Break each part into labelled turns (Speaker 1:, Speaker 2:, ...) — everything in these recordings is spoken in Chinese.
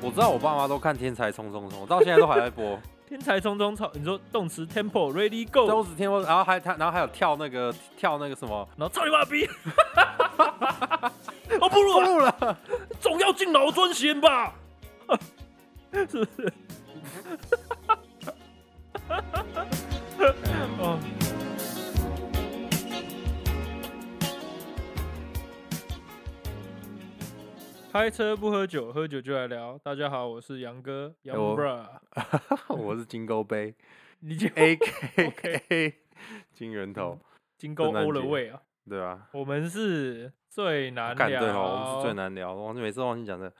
Speaker 1: 我知道我爸妈都看《天才冲冲冲》，我到现在都还在 播。
Speaker 2: 天才冲冲超，你说动词 tempo ready go，
Speaker 1: 都是天然后还他，然后还有跳那个跳那个什么，
Speaker 2: 然后操你妈逼！我不录
Speaker 1: 不
Speaker 2: 了，
Speaker 1: 录了，
Speaker 2: 总要敬老尊贤 吧？是不是？哦，开车不喝酒，喝酒就来聊。大家好，我是杨哥杨
Speaker 1: 哎我
Speaker 2: bra，
Speaker 1: 我是金钩 杯
Speaker 2: 你就
Speaker 1: ，A K A 金人头，
Speaker 2: 金钩
Speaker 1: 圣诞
Speaker 2: all the
Speaker 1: 节
Speaker 2: way 啊！
Speaker 1: 对吧？
Speaker 2: 我们是最难
Speaker 1: 干
Speaker 2: 聊，
Speaker 1: 对哦，我们是最难聊，我忘记每次都忘记讲的。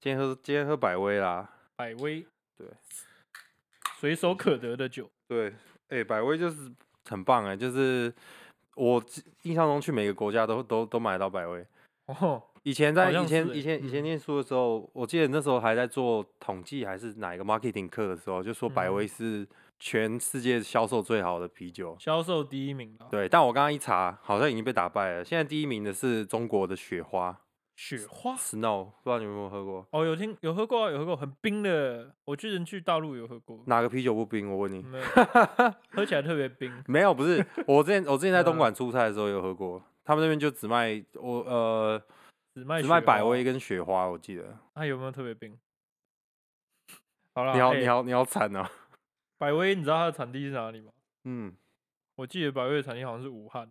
Speaker 1: 今天喝今天喝百威啦，
Speaker 2: 百威，
Speaker 1: 对，
Speaker 2: 随手可得的酒，
Speaker 1: 对，哎、百威就是很棒哎、就是我印象中去每个国家都都都买得到百威。
Speaker 2: 哦，
Speaker 1: 以前在
Speaker 2: 好像
Speaker 1: 以前
Speaker 2: 是欸
Speaker 1: 以前以前
Speaker 2: 嗯
Speaker 1: 念书的时候，我记得那时候还在做统计还是哪一个 marketing 课的时候，就说百
Speaker 2: 嗯
Speaker 1: 威是全世界销售最好的啤酒。
Speaker 2: 销售第一名啊，
Speaker 1: 对，但我刚刚一查，好像已经被打败了。现在第一名的是中国的雪花
Speaker 2: 雪花，
Speaker 1: （Snow），不知道你们有没有喝过？
Speaker 2: 哦，有听有喝过、啊，有喝过，很冰的，我之前去大陆有喝过，
Speaker 1: 哪个啤酒不冰？我问你。
Speaker 2: 没有，喝起来特别冰，
Speaker 1: 没有，不 是我之前我之前在东
Speaker 2: 嗯
Speaker 1: 莞出差的时候有喝过，他们那边就只卖我呃
Speaker 2: 只卖
Speaker 1: 只
Speaker 2: 雪
Speaker 1: 卖百
Speaker 2: 花哦
Speaker 1: 威，跟雪花，我记得。
Speaker 2: 啊，有没有特别冰？ 好啦，
Speaker 1: 你好
Speaker 2: 哎
Speaker 1: 你好你好惨啊！
Speaker 2: 百威，你知道它的产地是哪里吗？
Speaker 1: 嗯，
Speaker 2: 我记得百威的产地好像是武汉，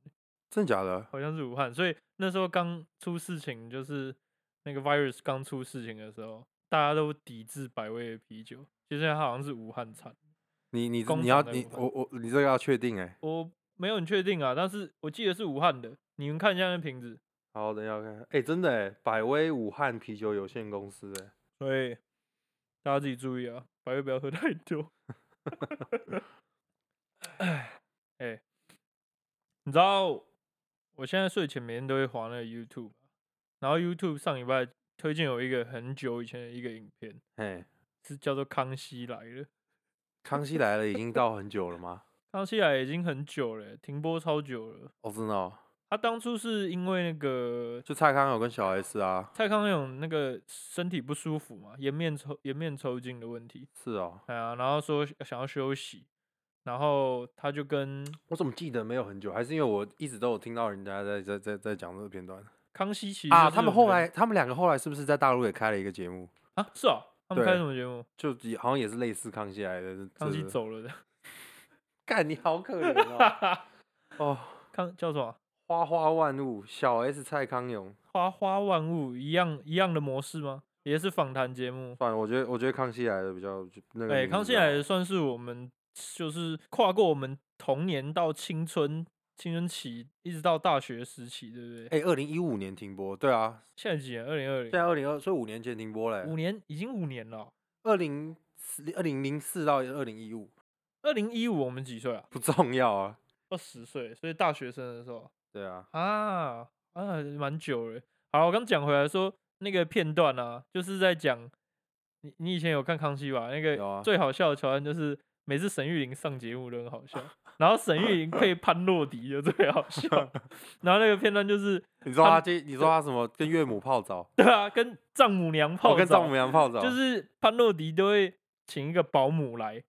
Speaker 1: 真的假的？
Speaker 2: 好像是武汉，所以那时候刚出事情，就是那个 virus 刚出事情的时候，大家都抵制百威的啤酒，其实它好像是武汉产，
Speaker 1: 你你是
Speaker 2: 工
Speaker 1: 你
Speaker 2: 厂
Speaker 1: 要
Speaker 2: 在
Speaker 1: 你
Speaker 2: 武汉
Speaker 1: 我我你这个要确定哎、
Speaker 2: 我没有很确定啊，但是我记得是武汉的，你们看一下那瓶子，
Speaker 1: 好，等一下我看，哎、真的哎、百威武汉啤酒有限公司哎、
Speaker 2: 所以大家自己注意啊，百威不要喝太多。 哎、你知道我现在睡前每天都会滑那个 YouTube，然后 YouTube 上礼拜推荐有一个很久以前的一个影片。
Speaker 1: 嘿，
Speaker 2: 是叫做《康熙来了》。
Speaker 1: 康熙来了已经到很久了吗？
Speaker 2: 康熙来了已经很久了，停播超久了。
Speaker 1: 哦，真的哦，
Speaker 2: 他当初是因为那个
Speaker 1: 就蔡康永跟小 S 啊，
Speaker 2: 蔡康永那个身体不舒服嘛，颜面抽颜面抽筋的问题，
Speaker 1: 是哦，
Speaker 2: 哎呀，然后说想要休息，然后他就跟
Speaker 1: 我怎么记得没有很久？还是因为我一直都有听到人家在在在在讲这个片段
Speaker 2: 康熙其实
Speaker 1: 啊？
Speaker 2: 就是
Speaker 1: 他们
Speaker 2: 我
Speaker 1: 后
Speaker 2: 的
Speaker 1: 来他们两个后来是不是在大陆也开了一个节目？
Speaker 2: 啊是哦，他们开
Speaker 1: 对
Speaker 2: 什么节目？
Speaker 1: 就也好像也是类似康熙来的，
Speaker 2: 康
Speaker 1: 这
Speaker 2: 熙，走了的，
Speaker 1: 干你好可怜 哦，哦，
Speaker 2: 康叫什么？
Speaker 1: 花花万物，小 S 蔡康永，
Speaker 2: 花花万物一样一样的模式吗？也是访谈节目，
Speaker 1: 算了，我觉得我觉得康熙来了比较就那个
Speaker 2: 哎、
Speaker 1: 名字
Speaker 2: 康
Speaker 1: 比
Speaker 2: 熙
Speaker 1: 较
Speaker 2: 来
Speaker 1: 好
Speaker 2: 了算是我们就是跨过我们童年到青春青春期，一直到大学时期，对不对？
Speaker 1: 哎，二零一五年停播，对啊，
Speaker 2: 现在几年？二零二
Speaker 1: 现在二零二，所以五年前停播嘞
Speaker 2: 零，五年，已经五年了哦。
Speaker 1: 二零二零零四到二零一五
Speaker 2: 二零一五我们几岁啊？
Speaker 1: 不重要啊，
Speaker 2: 二十岁，所以大学生的时候
Speaker 1: 对啊，
Speaker 2: 啊啊，蛮久了。好，我刚讲回来说那个片段啊，就是在讲你你以前有看康熙吧？那
Speaker 1: 有啊
Speaker 2: 个最好笑的桥段就是每次沈玉琳上节目都很好 笑，然后沈玉琳配潘洛迪就最好笑，然后那个片段就是
Speaker 1: 你说
Speaker 2: 他
Speaker 1: 他这，你说他什么跟岳母泡澡，
Speaker 2: 对啊，跟丈母娘泡澡，
Speaker 1: 哦，跟丈母娘泡澡，
Speaker 2: 就是潘洛迪都会请一个保姆来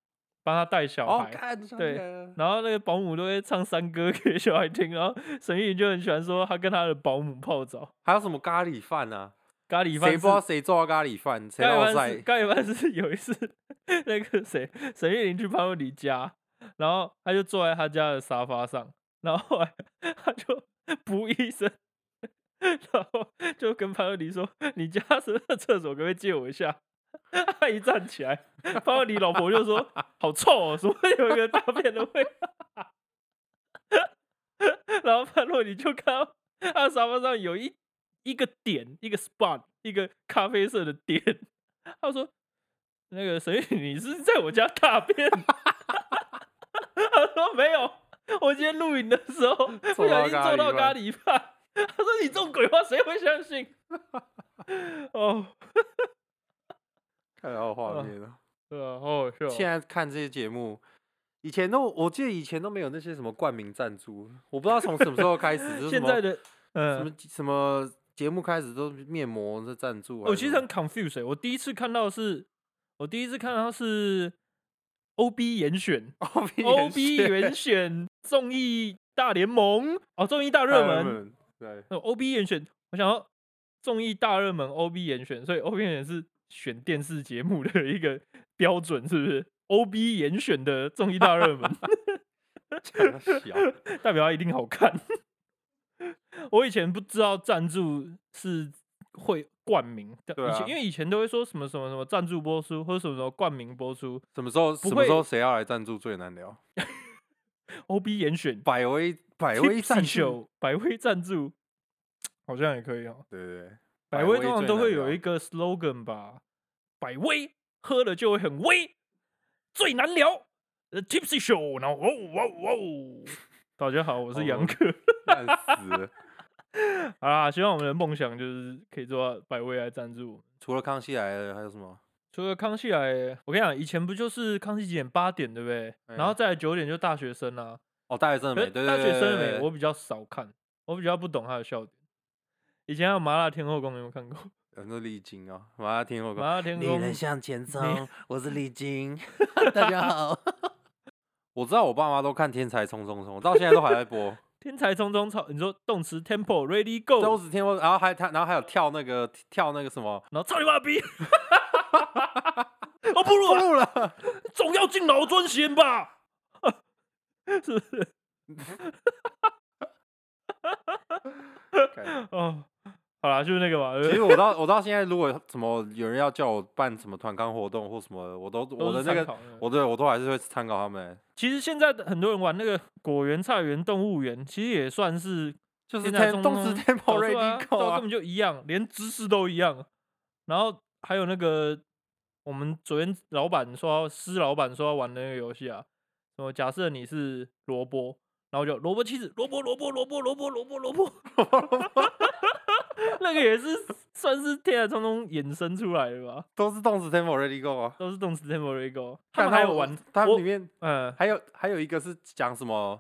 Speaker 2: 帮他带小
Speaker 1: 哦
Speaker 2: 孩，，
Speaker 1: 看想起
Speaker 2: 对
Speaker 1: 来了
Speaker 2: 然后那个保姆都会唱山歌给小孩听，然后沈玉琳就很喜欢说他跟他的保姆泡澡，
Speaker 1: 还有什么咖喱饭啊？
Speaker 2: 咖喱饭
Speaker 1: 谁
Speaker 2: 是
Speaker 1: 不知道谁做到咖喱饭，谁
Speaker 2: 咖
Speaker 1: 老
Speaker 2: 喱饭是
Speaker 1: 在？
Speaker 2: 咖喱饭是有一次那个谁沈玉琳去潘若迪家，然后他就坐在他家的沙发上，然后后来他就不一声，然后就跟潘若迪说：“你家是不是厕所可不可以借我一下？” 他一站起来，潘若迪老婆就说：“好臭哦，怎么会有一个大便的味道？”然后潘若迪就看到他的沙发上有一一个点，一个 spot，一个咖啡色的点。他说：“那个沈玉琳， 你是在我家大便？” 他说：“没有，我今天录影的时候 不
Speaker 1: 做到
Speaker 2: 小心做到
Speaker 1: 咖
Speaker 2: 咖喱饭。” 他说：“你这种鬼话谁会相信？” 哦，
Speaker 1: 看到画
Speaker 2: 嗯
Speaker 1: 面了。
Speaker 2: 对啊，好好笑哦。
Speaker 1: 哦现在看这些节目，以前都我记得以前都没有 那些什么冠名赞助，我不知道从什么时候开始，就是什
Speaker 2: 现
Speaker 1: 么
Speaker 2: 在的
Speaker 1: 什
Speaker 2: 嗯
Speaker 1: 么什么节目开始都面膜在赞助还啊是什么，
Speaker 2: 我其实很 confused，、欸、我第一次看到是，我第一次看到是 O B 严选
Speaker 1: O B
Speaker 2: ，O B
Speaker 1: 原
Speaker 2: 严选综艺大联盟哦，综艺大热门
Speaker 1: 对，
Speaker 2: ，O B 严选，我想要综艺大热门 O B 严选，所以 O B 严选是选电视节目的一个标准，是不是？O B 严选的综艺大热门，
Speaker 1: 讲得小
Speaker 2: 代表它一定好看。 我以前不知道赞助是会冠名的，
Speaker 1: 对
Speaker 2: 以
Speaker 1: 啊
Speaker 2: 前因为以前都会说什么什么什么赞助播出或者什么什么冠名播出
Speaker 1: 什么时候
Speaker 2: 不
Speaker 1: 什么时
Speaker 2: 会
Speaker 1: 候谁要来赞助最难聊？
Speaker 2: ，O B 严选
Speaker 1: 百威百威
Speaker 2: Tipsy
Speaker 1: 赞助，
Speaker 2: 秀百威赞助，好像也可以哦。
Speaker 1: 对对对，
Speaker 2: 百
Speaker 1: 百
Speaker 2: 威
Speaker 1: 威
Speaker 2: 通常
Speaker 1: 最
Speaker 2: 都
Speaker 1: 难
Speaker 2: 会有
Speaker 1: 聊
Speaker 2: 一个 slogan 吧，百威喝了就会很威，最难聊呃 Tipsy Show，然后哦哇哦，大家好，我是杨
Speaker 1: 哦
Speaker 2: 哥。
Speaker 1: 烂死了。
Speaker 2: 好啦，希望我们的梦想就是可以做到百威来赞助我们。
Speaker 1: 除了康熙来了，还有什么？
Speaker 2: 除了康熙来，我跟你讲，以前不就是康熙几点？八点对不对？然后
Speaker 1: 哎
Speaker 2: 再来九点就大学生啦、
Speaker 1: 哦，大学生的
Speaker 2: 可
Speaker 1: 美，
Speaker 2: 是
Speaker 1: 对对
Speaker 2: 呃大学生的
Speaker 1: 对
Speaker 2: 美，我比较少看，我比较不懂他的笑点。以前还有麻辣天后宫，你有没有 看过？
Speaker 1: 很多丽晶哦，麻辣天后宫，
Speaker 2: 麻辣天
Speaker 1: 女
Speaker 2: 宫
Speaker 1: 人向前走，我是丽 晶，大家好。 我知道我爸妈都看《天才冲冲冲》，到现在都还在播，
Speaker 2: 天才冲冲超，你说动词 tempo ready
Speaker 1: 周
Speaker 2: go，
Speaker 1: 子天，然后还他，然后还有跳那个跳那个什 么，
Speaker 2: 然后操你妈逼！哦我不
Speaker 1: 不
Speaker 2: 录了，
Speaker 1: 录 了，
Speaker 2: 总要敬老尊贤吧？是不是？
Speaker 1: 干
Speaker 2: 哦，好啦，就是那个嘛。对不
Speaker 1: 其
Speaker 2: 对
Speaker 1: 实我到我到现在，如果什么有人要叫我办什么团康活动或什么，我都我
Speaker 2: 都
Speaker 1: 的
Speaker 2: 是
Speaker 1: 那
Speaker 2: 参
Speaker 1: 个，
Speaker 2: 考那个
Speaker 1: 我对我都还是会参考他们欸，
Speaker 2: 其实现在的很多人玩那个果园、菜园、动物园，其实也算是
Speaker 1: 就是
Speaker 2: 现在
Speaker 1: Tem-
Speaker 2: 中
Speaker 1: 动词
Speaker 2: 东
Speaker 1: Tempo
Speaker 2: 搞出来啊
Speaker 1: Ready Go
Speaker 2: 对啊
Speaker 1: 啊
Speaker 2: 根，本就一样，连知识都一样。然后还有那个我们昨天老板说要，施老板说要玩的那个游戏啊，什么假设你是萝卜，然后就萝卜妻子，萝卜萝卜萝卜萝卜萝卜萝卜，那个也是算是天才冲冲衍生出来的吧，
Speaker 1: 都是动词 Tempo Ready Go 啊。
Speaker 2: 都是动词 temporary go。他
Speaker 1: 但
Speaker 2: 们还有玩，
Speaker 1: 他
Speaker 2: 我
Speaker 1: 们里面
Speaker 2: 嗯
Speaker 1: 还有还有一个是讲什么？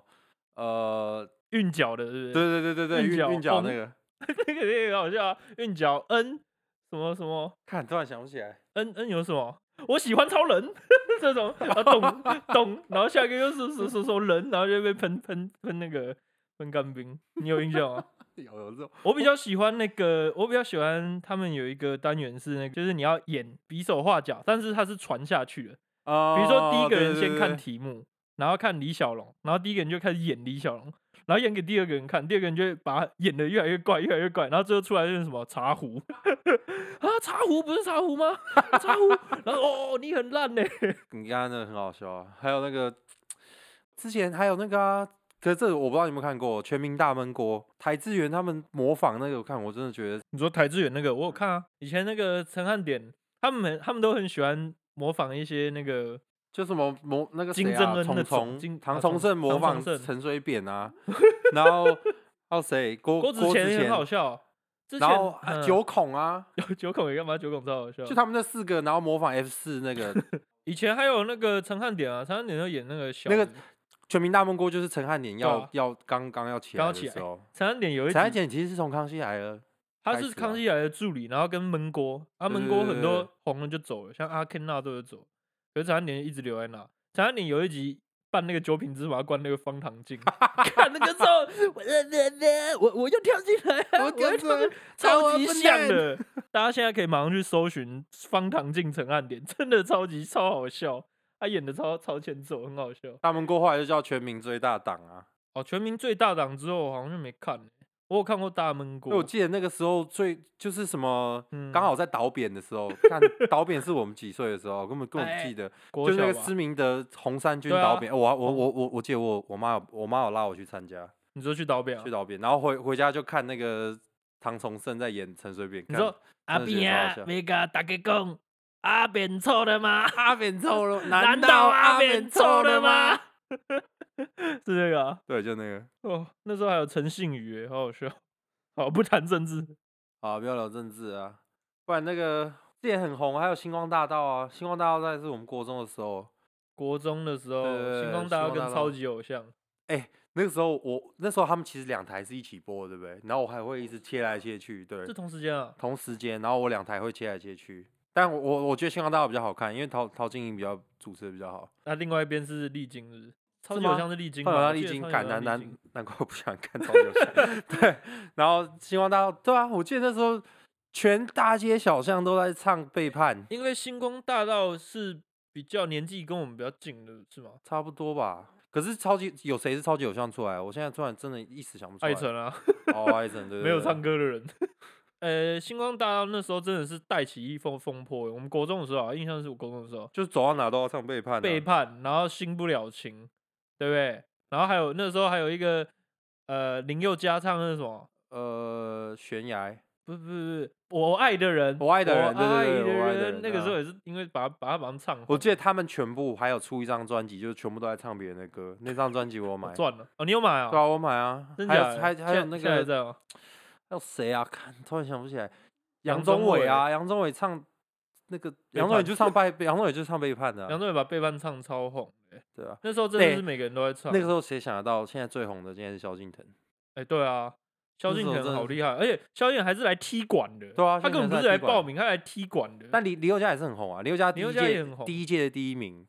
Speaker 1: 呃，
Speaker 2: 韵脚的，对
Speaker 1: 对
Speaker 2: 不
Speaker 1: 对对对对，
Speaker 2: 韵
Speaker 1: 韵
Speaker 2: 脚
Speaker 1: 韵脚
Speaker 2: 风
Speaker 1: 那个，
Speaker 2: 那个也很好笑、啊，韵脚 N 什么什么
Speaker 1: 看突然想不起来，
Speaker 2: N N 有什么？我喜欢超人 这种，然后懂懂，然后下一个又是说说说人，然后就被喷喷喷那个喷干冰，你有印象吗？
Speaker 1: 有有这种
Speaker 2: 我比较喜欢那个，我比较喜欢他们有一个单元是那个，就是你要演比手画脚，但是它是传下去的。
Speaker 1: 啊
Speaker 2: 比如说第一个人先看
Speaker 1: 题，
Speaker 2: 题目，然后看李小龙，然后第一个人就开始演李小龙，然后演给第二个人看，第二个人就会把他演的越来越怪，越来越怪，然后最后出来就是什么茶壶 啊，茶壶不是茶壶吗？茶壶，然后哦，哦你很烂呢，
Speaker 1: 你刚刚那个很好笑啊，还有那个之前还有那个啊，可是这我不知道你有没有看过《全民大闷锅》，台志源他们模仿那个，我看我真的觉得
Speaker 2: 你说台志远那个，我有看啊，以前那个陈汉典，他们很他们都很喜欢模仿一些那个，
Speaker 1: 就什么模那个
Speaker 2: 金
Speaker 1: 谁
Speaker 2: 正
Speaker 1: 啊，
Speaker 2: 恩那
Speaker 1: 虫
Speaker 2: 种
Speaker 1: 虫
Speaker 2: 金
Speaker 1: 唐
Speaker 2: 啊
Speaker 1: 崇
Speaker 2: 虫
Speaker 1: 盛
Speaker 2: 唐
Speaker 1: 模
Speaker 2: 崇
Speaker 1: 仿
Speaker 2: 盛
Speaker 1: 陈水扁 啊，然后还有谁郭郭
Speaker 2: 郭子
Speaker 1: 子
Speaker 2: 乾也很
Speaker 1: 乾
Speaker 2: 好笑啊，之前
Speaker 1: 然后啊
Speaker 2: 嗯
Speaker 1: 九孔啊，
Speaker 2: 九孔也干嘛？九孔超好笑，
Speaker 1: 就他们那四个，然后模仿 F 四那 个《
Speaker 2: 以前还有那个陈汉典啊，陈汉典就演那个小
Speaker 1: 那个
Speaker 2: 李
Speaker 1: 全民大闷锅》，就是陈汉典要、
Speaker 2: 啊
Speaker 1: 要刚刚要起
Speaker 2: 刚
Speaker 1: 来
Speaker 2: 要
Speaker 1: 的
Speaker 2: 起来
Speaker 1: 时候，
Speaker 2: 陈汉典有一
Speaker 1: 陈
Speaker 2: 集
Speaker 1: 汉典其实是从康熙来了，
Speaker 2: 他
Speaker 1: 开
Speaker 2: 是
Speaker 1: 始
Speaker 2: 康
Speaker 1: 啊
Speaker 2: 熙来的助理，然后跟闷锅，啊
Speaker 1: 对
Speaker 2: 闷
Speaker 1: 对
Speaker 2: 锅
Speaker 1: 对对
Speaker 2: 很多
Speaker 1: 对
Speaker 2: 红人就走了，像阿 Ken 那都有走，可是陈汉典一直留在那。陈汉典有一集扮那个九品芝麻官那个方唐 镜，看那个时候，我我我又跳进来啊，我又
Speaker 1: 跟
Speaker 2: 跳进
Speaker 1: 着
Speaker 2: 来，超
Speaker 1: 我
Speaker 2: 级
Speaker 1: 笨
Speaker 2: 像
Speaker 1: 蛋
Speaker 2: 的。大家现在可以马上去搜寻方唐镜陈汉典，真的超级超好笑，他演的超超前奏，很好笑。
Speaker 1: 大闷锅后来就叫全民最大党啊，
Speaker 2: 哦，全民最大党之后我好像就没看、欸，我有看过大闷
Speaker 1: 因为我
Speaker 2: 锅，
Speaker 1: 记得那个时候最就是什么，
Speaker 2: 嗯
Speaker 1: 刚好在导扁的时 候，看导扁是我们几岁的时候，根本根本
Speaker 2: 哎
Speaker 1: 不记得，
Speaker 2: 国
Speaker 1: 就是那
Speaker 2: 小
Speaker 1: 个
Speaker 2: 吧
Speaker 1: 施明德红衫军
Speaker 2: 对啊
Speaker 1: 导扁，哦我我我我我记得我我妈有我妈有拉我去参加
Speaker 2: 你说去导表、啊
Speaker 1: 去，导扁，然后回回家就看那个唐崇盛在演陈水扁，
Speaker 2: 你
Speaker 1: 看
Speaker 2: 说阿
Speaker 1: 真的觉得
Speaker 2: 扁
Speaker 1: 超好
Speaker 2: 啊
Speaker 1: 笑，
Speaker 2: 没甲大家讲，阿扁错了 吗？
Speaker 1: 阿扁臭 了，
Speaker 2: 难道阿扁错了吗？？ 是这个、啊、
Speaker 1: 对，就那个。
Speaker 2: 哦，那时候还有陈信宇耶，好好笑。 好，不谈政治，
Speaker 1: 好，不要聊政治啊，不然那个之前很红，还有星光大道啊，星光大道在是我们国中的时候，
Speaker 2: 国中的时候，
Speaker 1: 对对对
Speaker 2: 星光
Speaker 1: 星
Speaker 2: 大道
Speaker 1: 光
Speaker 2: 跟
Speaker 1: 大道
Speaker 2: 超级偶像，
Speaker 1: 哎、那个时候我那时候他们其实两台是一起播的，对不对？然后我还会一直切来切去，对
Speaker 2: 是，同时间啊，
Speaker 1: 同时间，然后我两台会切来切去。但我我我觉得香港大道比较好看，因为陶陶晶莹比较主持的比较好。
Speaker 2: 那另外一边是丽晶日，超
Speaker 1: 是
Speaker 2: 级偶
Speaker 1: 吗
Speaker 2: 像是丽晶
Speaker 1: 后
Speaker 2: 吧，
Speaker 1: 来
Speaker 2: 我
Speaker 1: 他
Speaker 2: 记
Speaker 1: 历
Speaker 2: 得
Speaker 1: 经
Speaker 2: 超级
Speaker 1: 感
Speaker 2: 偶
Speaker 1: 难
Speaker 2: 像是
Speaker 1: 难
Speaker 2: 丽晶，
Speaker 1: 难怪我不想 看超级偶像。对，然后星光大道，对啊，我记得那时候全大街小巷都在唱《背叛》，
Speaker 2: 因为星光大道是比较年纪跟我们比较近的，是吗？
Speaker 1: 差不多吧。可是超级有谁是超级偶像出来？我现在突然真的一时想不出来。
Speaker 2: 艾辰啊，
Speaker 1: 哦，艾辰对，
Speaker 2: 没有唱
Speaker 1: 歌。
Speaker 2: 歌 的人。呃，星光大道那时候真的是带起一风风波。我们国中的时候啊，印象是我国中的时候，
Speaker 1: 就是走到哪都要唱背叛、啊，
Speaker 2: 背叛，然后新不了情，对不对？然后还有那时候还有一个呃林宥嘉唱那什么，
Speaker 1: 呃，悬崖，
Speaker 2: 不是不是不是，我爱的人，
Speaker 1: 我爱的人对
Speaker 2: 爱
Speaker 1: 对对我爱的
Speaker 2: 人
Speaker 1: 人，
Speaker 2: 那个时候
Speaker 1: 啊
Speaker 2: 也是因为把它把它马上唱红，
Speaker 1: 我记得他们全部还有出一张专辑，就是全部都在唱别人的歌。那张专辑我有
Speaker 2: 我
Speaker 1: 买，对
Speaker 2: 赚了哦，你有买啊？
Speaker 1: 啊，我买啊。
Speaker 2: 真
Speaker 1: 还有
Speaker 2: 假的？
Speaker 1: 还还有
Speaker 2: 现
Speaker 1: 那
Speaker 2: 现在哦还
Speaker 1: 个
Speaker 2: 在吗？
Speaker 1: 还有谁啊？看，突然想不起来。
Speaker 2: 杨
Speaker 1: 杨
Speaker 2: 宗
Speaker 1: 宗
Speaker 2: 纬
Speaker 1: 纬啊，杨宗纬唱那个，
Speaker 2: 背
Speaker 1: 杨宗纬
Speaker 2: 叛
Speaker 1: 就唱背，杨宗纬就唱背叛的啊、
Speaker 2: 杨宗纬把背叛唱超红的欸，
Speaker 1: 对啊。
Speaker 2: 那时候真的
Speaker 1: 对
Speaker 2: 是每个人都在唱。
Speaker 1: 那个时候谁想得到，现在最红的竟然是萧敬腾？
Speaker 2: 哎、对啊，萧
Speaker 1: 那
Speaker 2: 敬
Speaker 1: 时候
Speaker 2: 腾
Speaker 1: 真的
Speaker 2: 好
Speaker 1: 是
Speaker 2: 厉害，而且萧敬腾还是来踢馆的，
Speaker 1: 对啊
Speaker 2: 他
Speaker 1: 萧敬
Speaker 2: 根本
Speaker 1: 腾
Speaker 2: 不
Speaker 1: 是
Speaker 2: 是
Speaker 1: 来
Speaker 2: 来
Speaker 1: 踢馆
Speaker 2: 报
Speaker 1: 的
Speaker 2: 名，他来踢馆的。
Speaker 1: 但李李宥嘉也是很红啊，李宥嘉第
Speaker 2: 宥
Speaker 1: 一
Speaker 2: 嘉也
Speaker 1: 届
Speaker 2: 很红
Speaker 1: 第一届的第一名，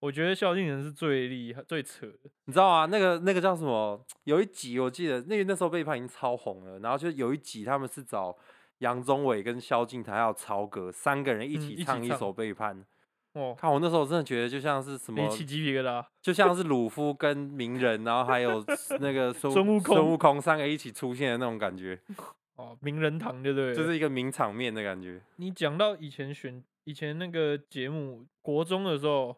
Speaker 2: 我觉得萧敬腾是最厉害、最扯的，
Speaker 1: 你知道啊，那个那个叫什么？有一集我记得，那个那时候背叛已经超红了，然后就有一集他们是找杨宗纬跟萧敬腾还有曹格三个人一
Speaker 2: 嗯一
Speaker 1: 起
Speaker 2: 起
Speaker 1: 唱一
Speaker 2: 唱
Speaker 1: 首《背叛》
Speaker 2: 哦，
Speaker 1: 看我那时候真的觉得就像是什么
Speaker 2: 你，起鸡皮疙瘩。
Speaker 1: 就像是鲁夫跟鸣人，然后还 有那个孙
Speaker 2: 孙悟
Speaker 1: 孙
Speaker 2: 空
Speaker 1: 悟空三个一起出现的那种感觉，
Speaker 2: 哦，名人堂对不对了？
Speaker 1: 就是一个名场面的感觉。
Speaker 2: 你讲到以前选以前那个节目，国中的时候，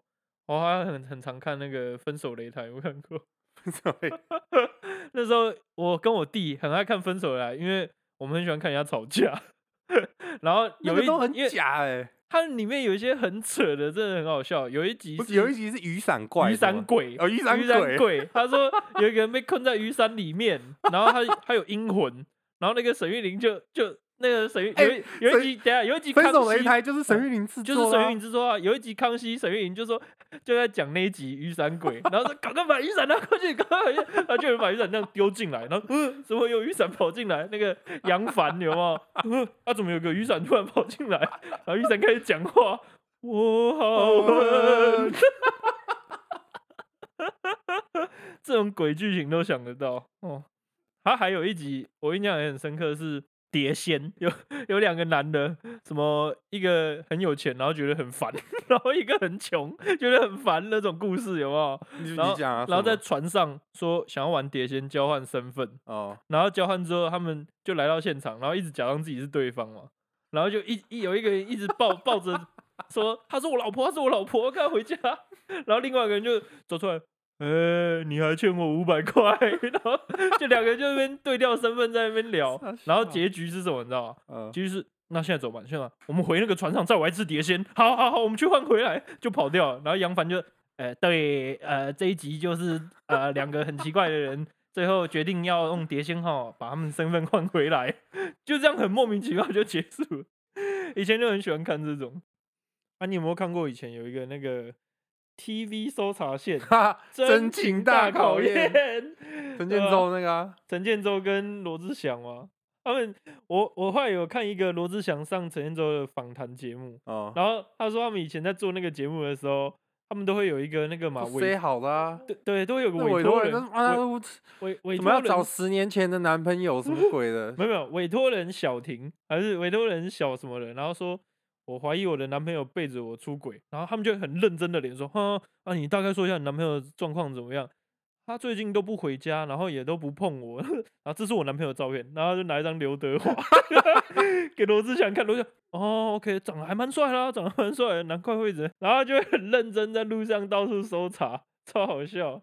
Speaker 2: 我好像很很常看那个《分手擂台》，我看过。
Speaker 1: 所以
Speaker 2: 那时候我跟我弟很爱看《分手擂台》，因为我们很喜欢看人家吵架。 然后
Speaker 1: 那
Speaker 2: 有
Speaker 1: 个
Speaker 2: 一
Speaker 1: 都很
Speaker 2: 因为
Speaker 1: 假哎、
Speaker 2: 它里面有一些很扯的，真的很好笑。有一集
Speaker 1: 不
Speaker 2: 是
Speaker 1: 是有一集是雨伞怪，
Speaker 2: 雨伞，鬼，
Speaker 1: 哦雨伞
Speaker 2: 雨伞
Speaker 1: 鬼
Speaker 2: 鬼，他说有一个人被困在雨伞里面， 然后他他有阴魂，然后那个沈玉玲就就那个沈玉
Speaker 1: 哎
Speaker 2: 有一有一
Speaker 1: 沈
Speaker 2: 集，等一下有一集
Speaker 1: 分
Speaker 2: 康
Speaker 1: 手擂
Speaker 2: 熙
Speaker 1: 台就是沈玉琳制
Speaker 2: 就
Speaker 1: 作、啊，
Speaker 2: 是沈玉玲之说啊，有一集康熙沈玉玲就说就在讲那一集雨伞鬼， 然后说赶快把雨伞拿过去，赶快把雨，然后就有人把雨伞这样丢进来，然后嗯，怎么有雨伞跑进来？那个杨凡有没有？ 嗯，啊，怎么有个雨伞突然跑进来？然后雨伞开始讲话，我好冷。 这种鬼剧情都想得到哦。他还有一集我印象也很深刻是碟仙，有有两个男的，什么一个很有钱，然后觉得很烦， 然后一个很穷，觉得很烦那种故事有没有？
Speaker 1: 你
Speaker 2: 然
Speaker 1: 你
Speaker 2: 后
Speaker 1: 讲啊，
Speaker 2: 然后
Speaker 1: 什
Speaker 2: 在
Speaker 1: 么
Speaker 2: 船上说想要玩碟仙交换身份，
Speaker 1: 哦，
Speaker 2: 然后交换之后，他们就来到现场，然后一直假装自己是对方嘛，然后就一一有一个人一直抱抱着说她是我老婆，她是我老婆，我赶快回家。然后另外一个人就走出来，哎、你还欠我五百块，然后就两个人就在那边对调身份，在那边聊
Speaker 1: 傻，
Speaker 2: 然后
Speaker 1: 笑
Speaker 2: 结局是什么？你知道吗？
Speaker 1: 嗯，
Speaker 2: 结局是。那现在走吧，现在我们回那个船上再玩一次碟仙。好好好，我们去换回来，就跑掉了。然后杨凡就，呃，对，呃，这一集就是呃两个很奇怪的人，最后决定要用碟仙号把他们身份换回来，就这样很莫名其妙就结束了。以前就很喜欢看这种。啊，你有没有看过以前有一个那个 TV 搜查线
Speaker 1: 哈，真
Speaker 2: 情
Speaker 1: 情大
Speaker 2: 大
Speaker 1: 考验，
Speaker 2: 验？
Speaker 1: 陈
Speaker 2: 对
Speaker 1: 建
Speaker 2: 啊
Speaker 1: 州那个啊，
Speaker 2: 陈建州跟罗志祥吗？他们，我我后来有看一个罗志祥上陈建州的访谈节目，
Speaker 1: 哦，
Speaker 2: 然后他说他们以前在做那个节目的时候，他们都会有一个那个嘛
Speaker 1: 都塞
Speaker 2: 委，
Speaker 1: 好的啊。
Speaker 2: 对对，都会有个
Speaker 1: 那
Speaker 2: 委
Speaker 1: 委
Speaker 2: 托
Speaker 1: 托
Speaker 2: 人
Speaker 1: 人，啊，我
Speaker 2: 委委
Speaker 1: 怎么
Speaker 2: 托
Speaker 1: 要
Speaker 2: 人
Speaker 1: 找十年前的男朋友什 么鬼的？
Speaker 2: 没有没有，委托人小婷还是委托人小什么人，然后说我怀疑我的男朋友背着我出轨，然后他们就很认真的脸说，哈啊，你大概说一下你男朋友的状况怎么样？他最近都不回家，然后也都不碰我， 然后这是我男朋友的照片，然后就拿一张刘德华 给罗志祥看，罗志祥哦，OK，长得还蛮帅啦，长得还蛮帅的，难怪会人， 然后就很认真在路上到处搜查，超好笑。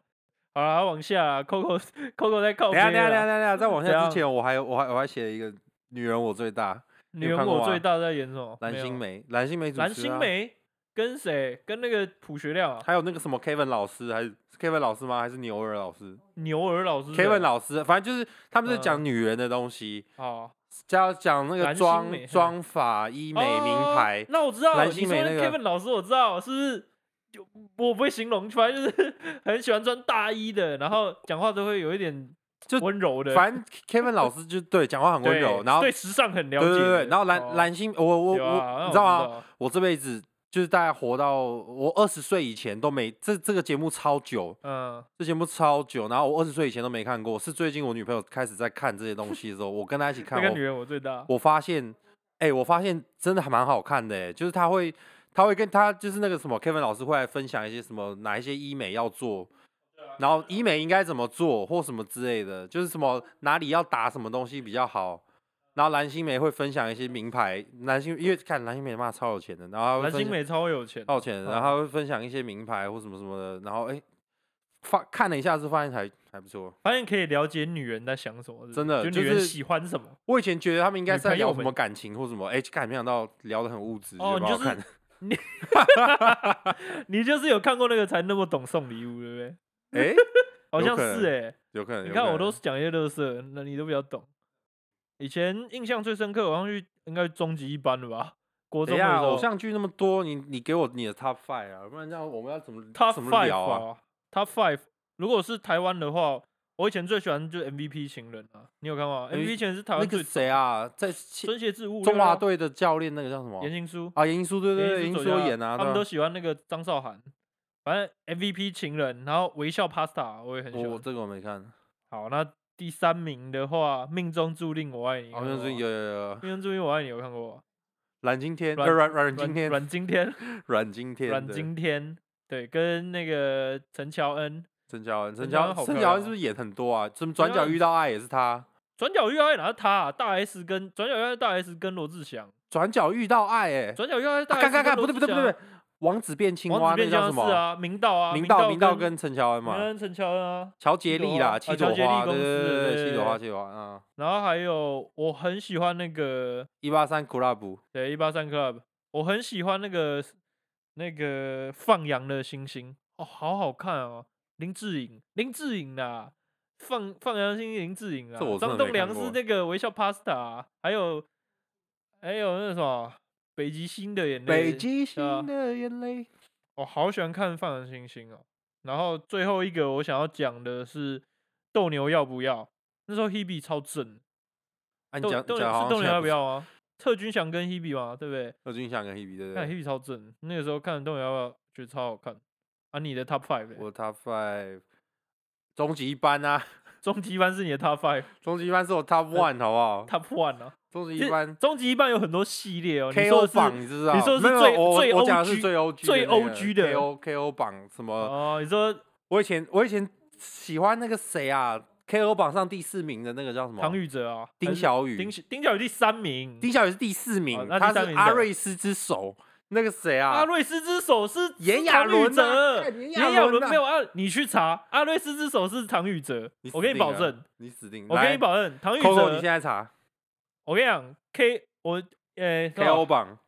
Speaker 2: 好啦，往下啦，Coco Coco 在
Speaker 1: 等
Speaker 2: 靠背
Speaker 1: 一下
Speaker 2: 啦。
Speaker 1: 等一下等一下等一下，在往
Speaker 2: 怎
Speaker 1: 下
Speaker 2: 样
Speaker 1: 之前，我还有我还我还写了一个女人我最大，
Speaker 2: 女
Speaker 1: 有
Speaker 2: 人
Speaker 1: 看过
Speaker 2: 我最
Speaker 1: 吗
Speaker 2: 大在演什么？
Speaker 1: 蓝
Speaker 2: 没有
Speaker 1: 心，湄，蓝心湄主持、啊，
Speaker 2: 蓝心，湄跟谁？跟那个朴学亮、啊、
Speaker 1: 还有那个什么 Kevin 老师，还是是 Kevin 老师吗？还是牛尔老师
Speaker 2: 牛儿老师
Speaker 1: ？Kevin 老师，反正就是他们是
Speaker 2: 嗯
Speaker 1: 讲女人的东西，
Speaker 2: 啊，
Speaker 1: 加讲那个
Speaker 2: 蓝心
Speaker 1: 妆
Speaker 2: 湄嘿
Speaker 1: 妆法、医美、名
Speaker 2: 哦
Speaker 1: 牌。
Speaker 2: 那我知道，
Speaker 1: 蓝
Speaker 2: 你
Speaker 1: 心
Speaker 2: 说
Speaker 1: 湄
Speaker 2: 那
Speaker 1: 那个
Speaker 2: Kevin 老师我知道，是不是就我不会形容，反正就是 很喜欢穿大衣的，然后讲话都会有一点
Speaker 1: 就
Speaker 2: 温柔的，
Speaker 1: 反正 Kevin 老师就对讲话很温
Speaker 2: 对
Speaker 1: 柔，然后
Speaker 2: 对时尚很了
Speaker 1: 对
Speaker 2: 解
Speaker 1: 对
Speaker 2: 的，
Speaker 1: 对，然后
Speaker 2: 哦
Speaker 1: 蓝蓝心，我我
Speaker 2: 有啊
Speaker 1: 我，你
Speaker 2: 那我
Speaker 1: 知道
Speaker 2: 知
Speaker 1: 吗
Speaker 2: 道？
Speaker 1: 我这辈子就是大概活到我二十岁以前都没这这个节目超久，
Speaker 2: 嗯，
Speaker 1: 这节目超久，然后我二十岁以前都没看过，是最近我女朋友开始在看这些东西的时候，我跟她一起看，
Speaker 2: 那个女
Speaker 1: 我
Speaker 2: 人我最大，
Speaker 1: 我发现，哎、我发现真的还蛮好看的、哎，就是她会。她会跟她就是那个什么 Kevin 老师会来分享一些什么哪一些医美要做，
Speaker 2: 啊
Speaker 1: 然后医美应该怎么做或什么之类的，就是什么哪里要打什么东西比较好。然后蓝心湄会分享一些名牌，蓝心因为看蓝心湄妈超有钱的，然后她会
Speaker 2: 蓝
Speaker 1: 分
Speaker 2: 心
Speaker 1: 享哦
Speaker 2: 湄嗯超有钱，
Speaker 1: 超有钱的，然后她会分享一些名牌或什么什么的，然后哎发看了一下之后发现还还不错。
Speaker 2: 发现可以了解女人在想什么，是不是
Speaker 1: 真的
Speaker 2: 就
Speaker 1: 就
Speaker 2: 女人
Speaker 1: 是
Speaker 2: 喜欢什么，
Speaker 1: 我以前觉得他们应该
Speaker 2: 女
Speaker 1: 是在
Speaker 2: 朋友
Speaker 1: 聊什
Speaker 2: 们
Speaker 1: 么感情或什么，哎，看没想到聊得很物质，
Speaker 2: 哦
Speaker 1: 觉得蛮
Speaker 2: 你
Speaker 1: 好
Speaker 2: 就是
Speaker 1: 看的。
Speaker 2: 你就是有看过那个才那么懂送礼物，对不对？
Speaker 1: 哎，
Speaker 2: 好
Speaker 1: 有
Speaker 2: 像
Speaker 1: 可能
Speaker 2: 是哎、
Speaker 1: 有可能。
Speaker 2: 你
Speaker 1: 有
Speaker 2: 看
Speaker 1: 可
Speaker 2: 我都
Speaker 1: 能
Speaker 2: 是讲一些乐色，那你都比较懂。以前印象最深刻，我好像去应该终极一班了吧，国
Speaker 1: 等一
Speaker 2: 中的
Speaker 1: 下，
Speaker 2: 时候。
Speaker 1: 偶像剧那么多，你你给我你的 top five 啊，不然这样我们要怎么
Speaker 2: Top
Speaker 1: 怎么
Speaker 2: Five
Speaker 1: 聊啊？
Speaker 2: 啊，Top Five。如果是台湾的话，我以前最喜欢就是 MVP 情人啊，你有看过吗
Speaker 1: MVP
Speaker 2: ？MVP 情人是台
Speaker 1: 那
Speaker 2: 湾
Speaker 1: 个
Speaker 2: 最
Speaker 1: 谁啊，在西
Speaker 2: 孙协志物
Speaker 1: 中华队的教练那个叫什么？
Speaker 2: 言情书，
Speaker 1: 啊，严英书对对对，
Speaker 2: 言
Speaker 1: 严英
Speaker 2: 情作
Speaker 1: 书
Speaker 2: 家
Speaker 1: 演啊，
Speaker 2: 他
Speaker 1: 对
Speaker 2: 们
Speaker 1: 啊
Speaker 2: 都喜欢那个张韶涵。反正 MVP 情人，然后微笑 Pasta 我也很喜
Speaker 1: 我我
Speaker 2: 欢。
Speaker 1: 这个我没看，
Speaker 2: 好，那第三名的话，命中注定我爱你，
Speaker 1: 好像是有
Speaker 2: 有。
Speaker 1: 有有
Speaker 2: 命中注定我爱你，有看过吗？
Speaker 1: 阮经天，呃
Speaker 2: 阮
Speaker 1: 阮阮经
Speaker 2: 阮
Speaker 1: 天，
Speaker 2: 阮 经天，
Speaker 1: 阮经天，
Speaker 2: 阮
Speaker 1: 对
Speaker 2: 经天，对，跟那个陈乔恩，
Speaker 1: 陈乔恩，陈
Speaker 2: 陈
Speaker 1: 乔
Speaker 2: 乔
Speaker 1: 恩，
Speaker 2: 恩好
Speaker 1: 陈
Speaker 2: 漂
Speaker 1: 乔
Speaker 2: 亮
Speaker 1: 恩是
Speaker 2: 哦
Speaker 1: 不是演很多啊？什么转
Speaker 2: 乔
Speaker 1: 角
Speaker 2: 恩
Speaker 1: 遇到爱也是他，
Speaker 2: 转角遇到爱哪是他、啊？大 S 跟转角遇到爱大 S 跟罗志祥，
Speaker 1: 转角遇到爱，哎，
Speaker 2: 转角遇到爱大
Speaker 1: 啊
Speaker 2: S
Speaker 1: 看
Speaker 2: 跟
Speaker 1: 看看，不
Speaker 2: 罗
Speaker 1: 对不对
Speaker 2: 志
Speaker 1: 不
Speaker 2: 祥
Speaker 1: 对，不对王子变青蛙
Speaker 2: 王子
Speaker 1: 那个
Speaker 2: 变
Speaker 1: 叫
Speaker 2: 僵
Speaker 1: 什
Speaker 2: 尸
Speaker 1: 么？
Speaker 2: 啊，明道啊，
Speaker 1: 明道明道
Speaker 2: 跟
Speaker 1: 跟陈乔恩嘛，
Speaker 2: 跟陈乔恩啊，
Speaker 1: 乔杰
Speaker 2: 朵
Speaker 1: 利
Speaker 2: 花
Speaker 1: 啦，
Speaker 2: 啊
Speaker 1: 七
Speaker 2: 乔
Speaker 1: 朵
Speaker 2: 杰利
Speaker 1: 花，对
Speaker 2: 公司
Speaker 1: 对
Speaker 2: 的
Speaker 1: 对，
Speaker 2: 对
Speaker 1: 七朵
Speaker 2: 对
Speaker 1: 花
Speaker 2: 对
Speaker 1: 七朵花啊，
Speaker 2: 然后还有我很喜欢那个
Speaker 1: 一八三 club，
Speaker 2: 对一八三 club，我很喜欢那个那个放羊的星星哦，好好看哦，林志颖，林志颖啊。放放羊的星星林志颖啊
Speaker 1: 这我，真的没
Speaker 2: 张栋梁
Speaker 1: 看过
Speaker 2: 是那个微笑 pasta，、啊、还有还有那个什么北极星的眼泪，
Speaker 1: 北极星
Speaker 2: 啊
Speaker 1: 的眼泪，
Speaker 2: 我好喜欢看《放羊星星》哦。然后最后一个我想要讲的是斗牛要不要？那时候 Hebe 超正，
Speaker 1: 啊，你
Speaker 2: 斗
Speaker 1: 讲
Speaker 2: 斗
Speaker 1: 你
Speaker 2: 牛
Speaker 1: 讲好像
Speaker 2: 是斗
Speaker 1: 现
Speaker 2: 牛
Speaker 1: 在
Speaker 2: 要
Speaker 1: 不
Speaker 2: 不
Speaker 1: 是
Speaker 2: 要吗？特军翔跟 Hebe 嘛，对不对？
Speaker 1: 何俊翔跟 Hebe 对不
Speaker 2: 看
Speaker 1: 对？
Speaker 2: Hebe 超正，那个时候看斗牛要不要觉得超好看。啊，你的 Top Five，嘞
Speaker 1: 我 top five，终极一班啊，
Speaker 2: 终极一班是你的 Top Five，Top
Speaker 1: 终极一班是我 top one 好不好？
Speaker 2: One 啊。
Speaker 1: 终极一
Speaker 2: 其实
Speaker 1: 班
Speaker 2: 终极一班有很多系列哦，你说
Speaker 1: KO
Speaker 2: 的是
Speaker 1: 榜你知道？
Speaker 2: 你说的是
Speaker 1: 没有
Speaker 2: 最
Speaker 1: 我
Speaker 2: 最
Speaker 1: 我讲的是
Speaker 2: OG
Speaker 1: 最 OG 的
Speaker 2: 最
Speaker 1: 那个
Speaker 2: OG 的
Speaker 1: KO KO 榜什么？
Speaker 2: 哦，你说
Speaker 1: 我以前我以前喜欢那个谁啊？KO 榜上第四名的那个叫什么？
Speaker 2: 唐禹哲啊，
Speaker 1: 丁
Speaker 2: 还是
Speaker 1: 小雨，
Speaker 2: 丁小丁小雨第三名，
Speaker 1: 丁小雨是第四名
Speaker 2: 哦，那
Speaker 1: 他
Speaker 2: 第三
Speaker 1: 是
Speaker 2: 名是
Speaker 1: 阿
Speaker 2: 谁
Speaker 1: 瑞斯之手。那个谁
Speaker 2: 阿
Speaker 1: 啊？
Speaker 2: 瑞斯之手是
Speaker 1: 炎
Speaker 2: 是
Speaker 1: 亚
Speaker 2: 唐
Speaker 1: 纶
Speaker 2: 禹
Speaker 1: 啊
Speaker 2: 哲
Speaker 1: 干炎亚
Speaker 2: 炎亚
Speaker 1: 纶啊
Speaker 2: 纶没有阿，你去查阿瑞斯之手是唐禹哲
Speaker 1: 你，
Speaker 2: 我
Speaker 1: 死
Speaker 2: 跟你
Speaker 1: 定
Speaker 2: 保
Speaker 1: 了
Speaker 2: 证，
Speaker 1: 你死定！
Speaker 2: 我跟
Speaker 1: 来
Speaker 2: 你保证，唐禹
Speaker 1: ，Coco，你现
Speaker 2: 哲，
Speaker 1: 在查
Speaker 2: 我跟你讲，K 我呃
Speaker 1: KO 榜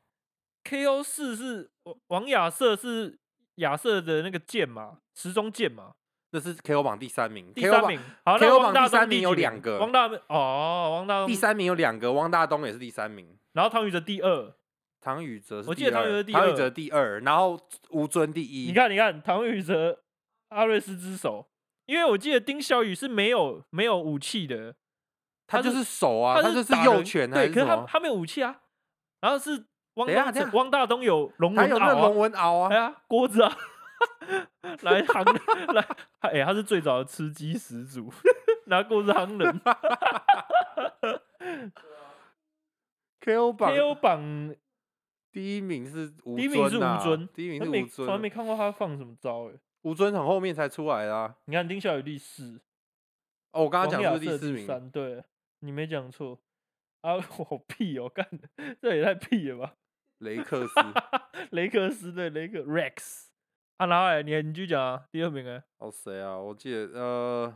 Speaker 2: KO 四是王王亚瑟是亚瑟的那个剑嘛，时钟剑嘛，
Speaker 1: 那是 KO 榜第三名，
Speaker 2: 第
Speaker 1: KO
Speaker 2: 三
Speaker 1: 榜
Speaker 2: 名。好，
Speaker 1: KO
Speaker 2: 那
Speaker 1: 榜
Speaker 2: 王大
Speaker 1: 第三
Speaker 2: 东
Speaker 1: 名
Speaker 2: 第
Speaker 1: 有
Speaker 2: 几
Speaker 1: 两个
Speaker 2: 王大哦，王大
Speaker 1: 第
Speaker 2: 东，
Speaker 1: 三名有两个，汪大东也是第三名，
Speaker 2: 然后唐禹哲第二，
Speaker 1: 唐禹哲是
Speaker 2: 我记
Speaker 1: 第
Speaker 2: 得唐
Speaker 1: 二
Speaker 2: 禹哲第
Speaker 1: 唐禹
Speaker 2: 二
Speaker 1: 哲第二，然后吴尊第一。
Speaker 2: 你看，你看，唐禹哲、阿瑞斯之手，因为我记得丁小雨是没有没有武器的，
Speaker 1: 他
Speaker 2: 他
Speaker 1: 就是是手啊，他
Speaker 2: 是
Speaker 1: 就是
Speaker 2: 打
Speaker 1: 右
Speaker 2: 人
Speaker 1: 拳还
Speaker 2: 对，
Speaker 1: 是
Speaker 2: 可
Speaker 1: 什
Speaker 2: 是他
Speaker 1: 么？
Speaker 2: 他没有武器啊。然后是汪
Speaker 1: 等一下
Speaker 2: 大
Speaker 1: 等一
Speaker 2: 东，
Speaker 1: 下
Speaker 2: 汪大东有龙
Speaker 1: 还
Speaker 2: 纹
Speaker 1: 有那
Speaker 2: 鳌
Speaker 1: 龙
Speaker 2: 啊，
Speaker 1: 纹鳌
Speaker 2: 哎
Speaker 1: 啊，
Speaker 2: 呀，锅子啊， 来行来，哎，他是最早的吃鸡始祖，拿锅子行 人
Speaker 1: KO 榜
Speaker 2: ，KO 榜
Speaker 1: 第一名是吴
Speaker 2: 第一名是
Speaker 1: 尊啊
Speaker 2: 吴尊
Speaker 1: 第一名
Speaker 2: 他
Speaker 1: 是
Speaker 2: 没
Speaker 1: 吴
Speaker 2: 从来
Speaker 1: 尊，
Speaker 2: 没看过他放什么招哎，
Speaker 1: 吴尊很后面才出来的啊。
Speaker 2: 你看丁小雨第四，
Speaker 1: 哦，我刚刚
Speaker 2: 王
Speaker 1: 讲
Speaker 2: 亚
Speaker 1: 的是
Speaker 2: 瑟
Speaker 1: 四
Speaker 2: 第
Speaker 1: 名，
Speaker 2: 三，对你没讲错啊！ 我好屁哦，干，这也太屁了吧！
Speaker 1: 雷克 斯。
Speaker 2: 雷克斯对雷克 Rex 啊，然后嘞你你继续讲啊，第二名哎，
Speaker 1: 哦，谁啊？我记得呃，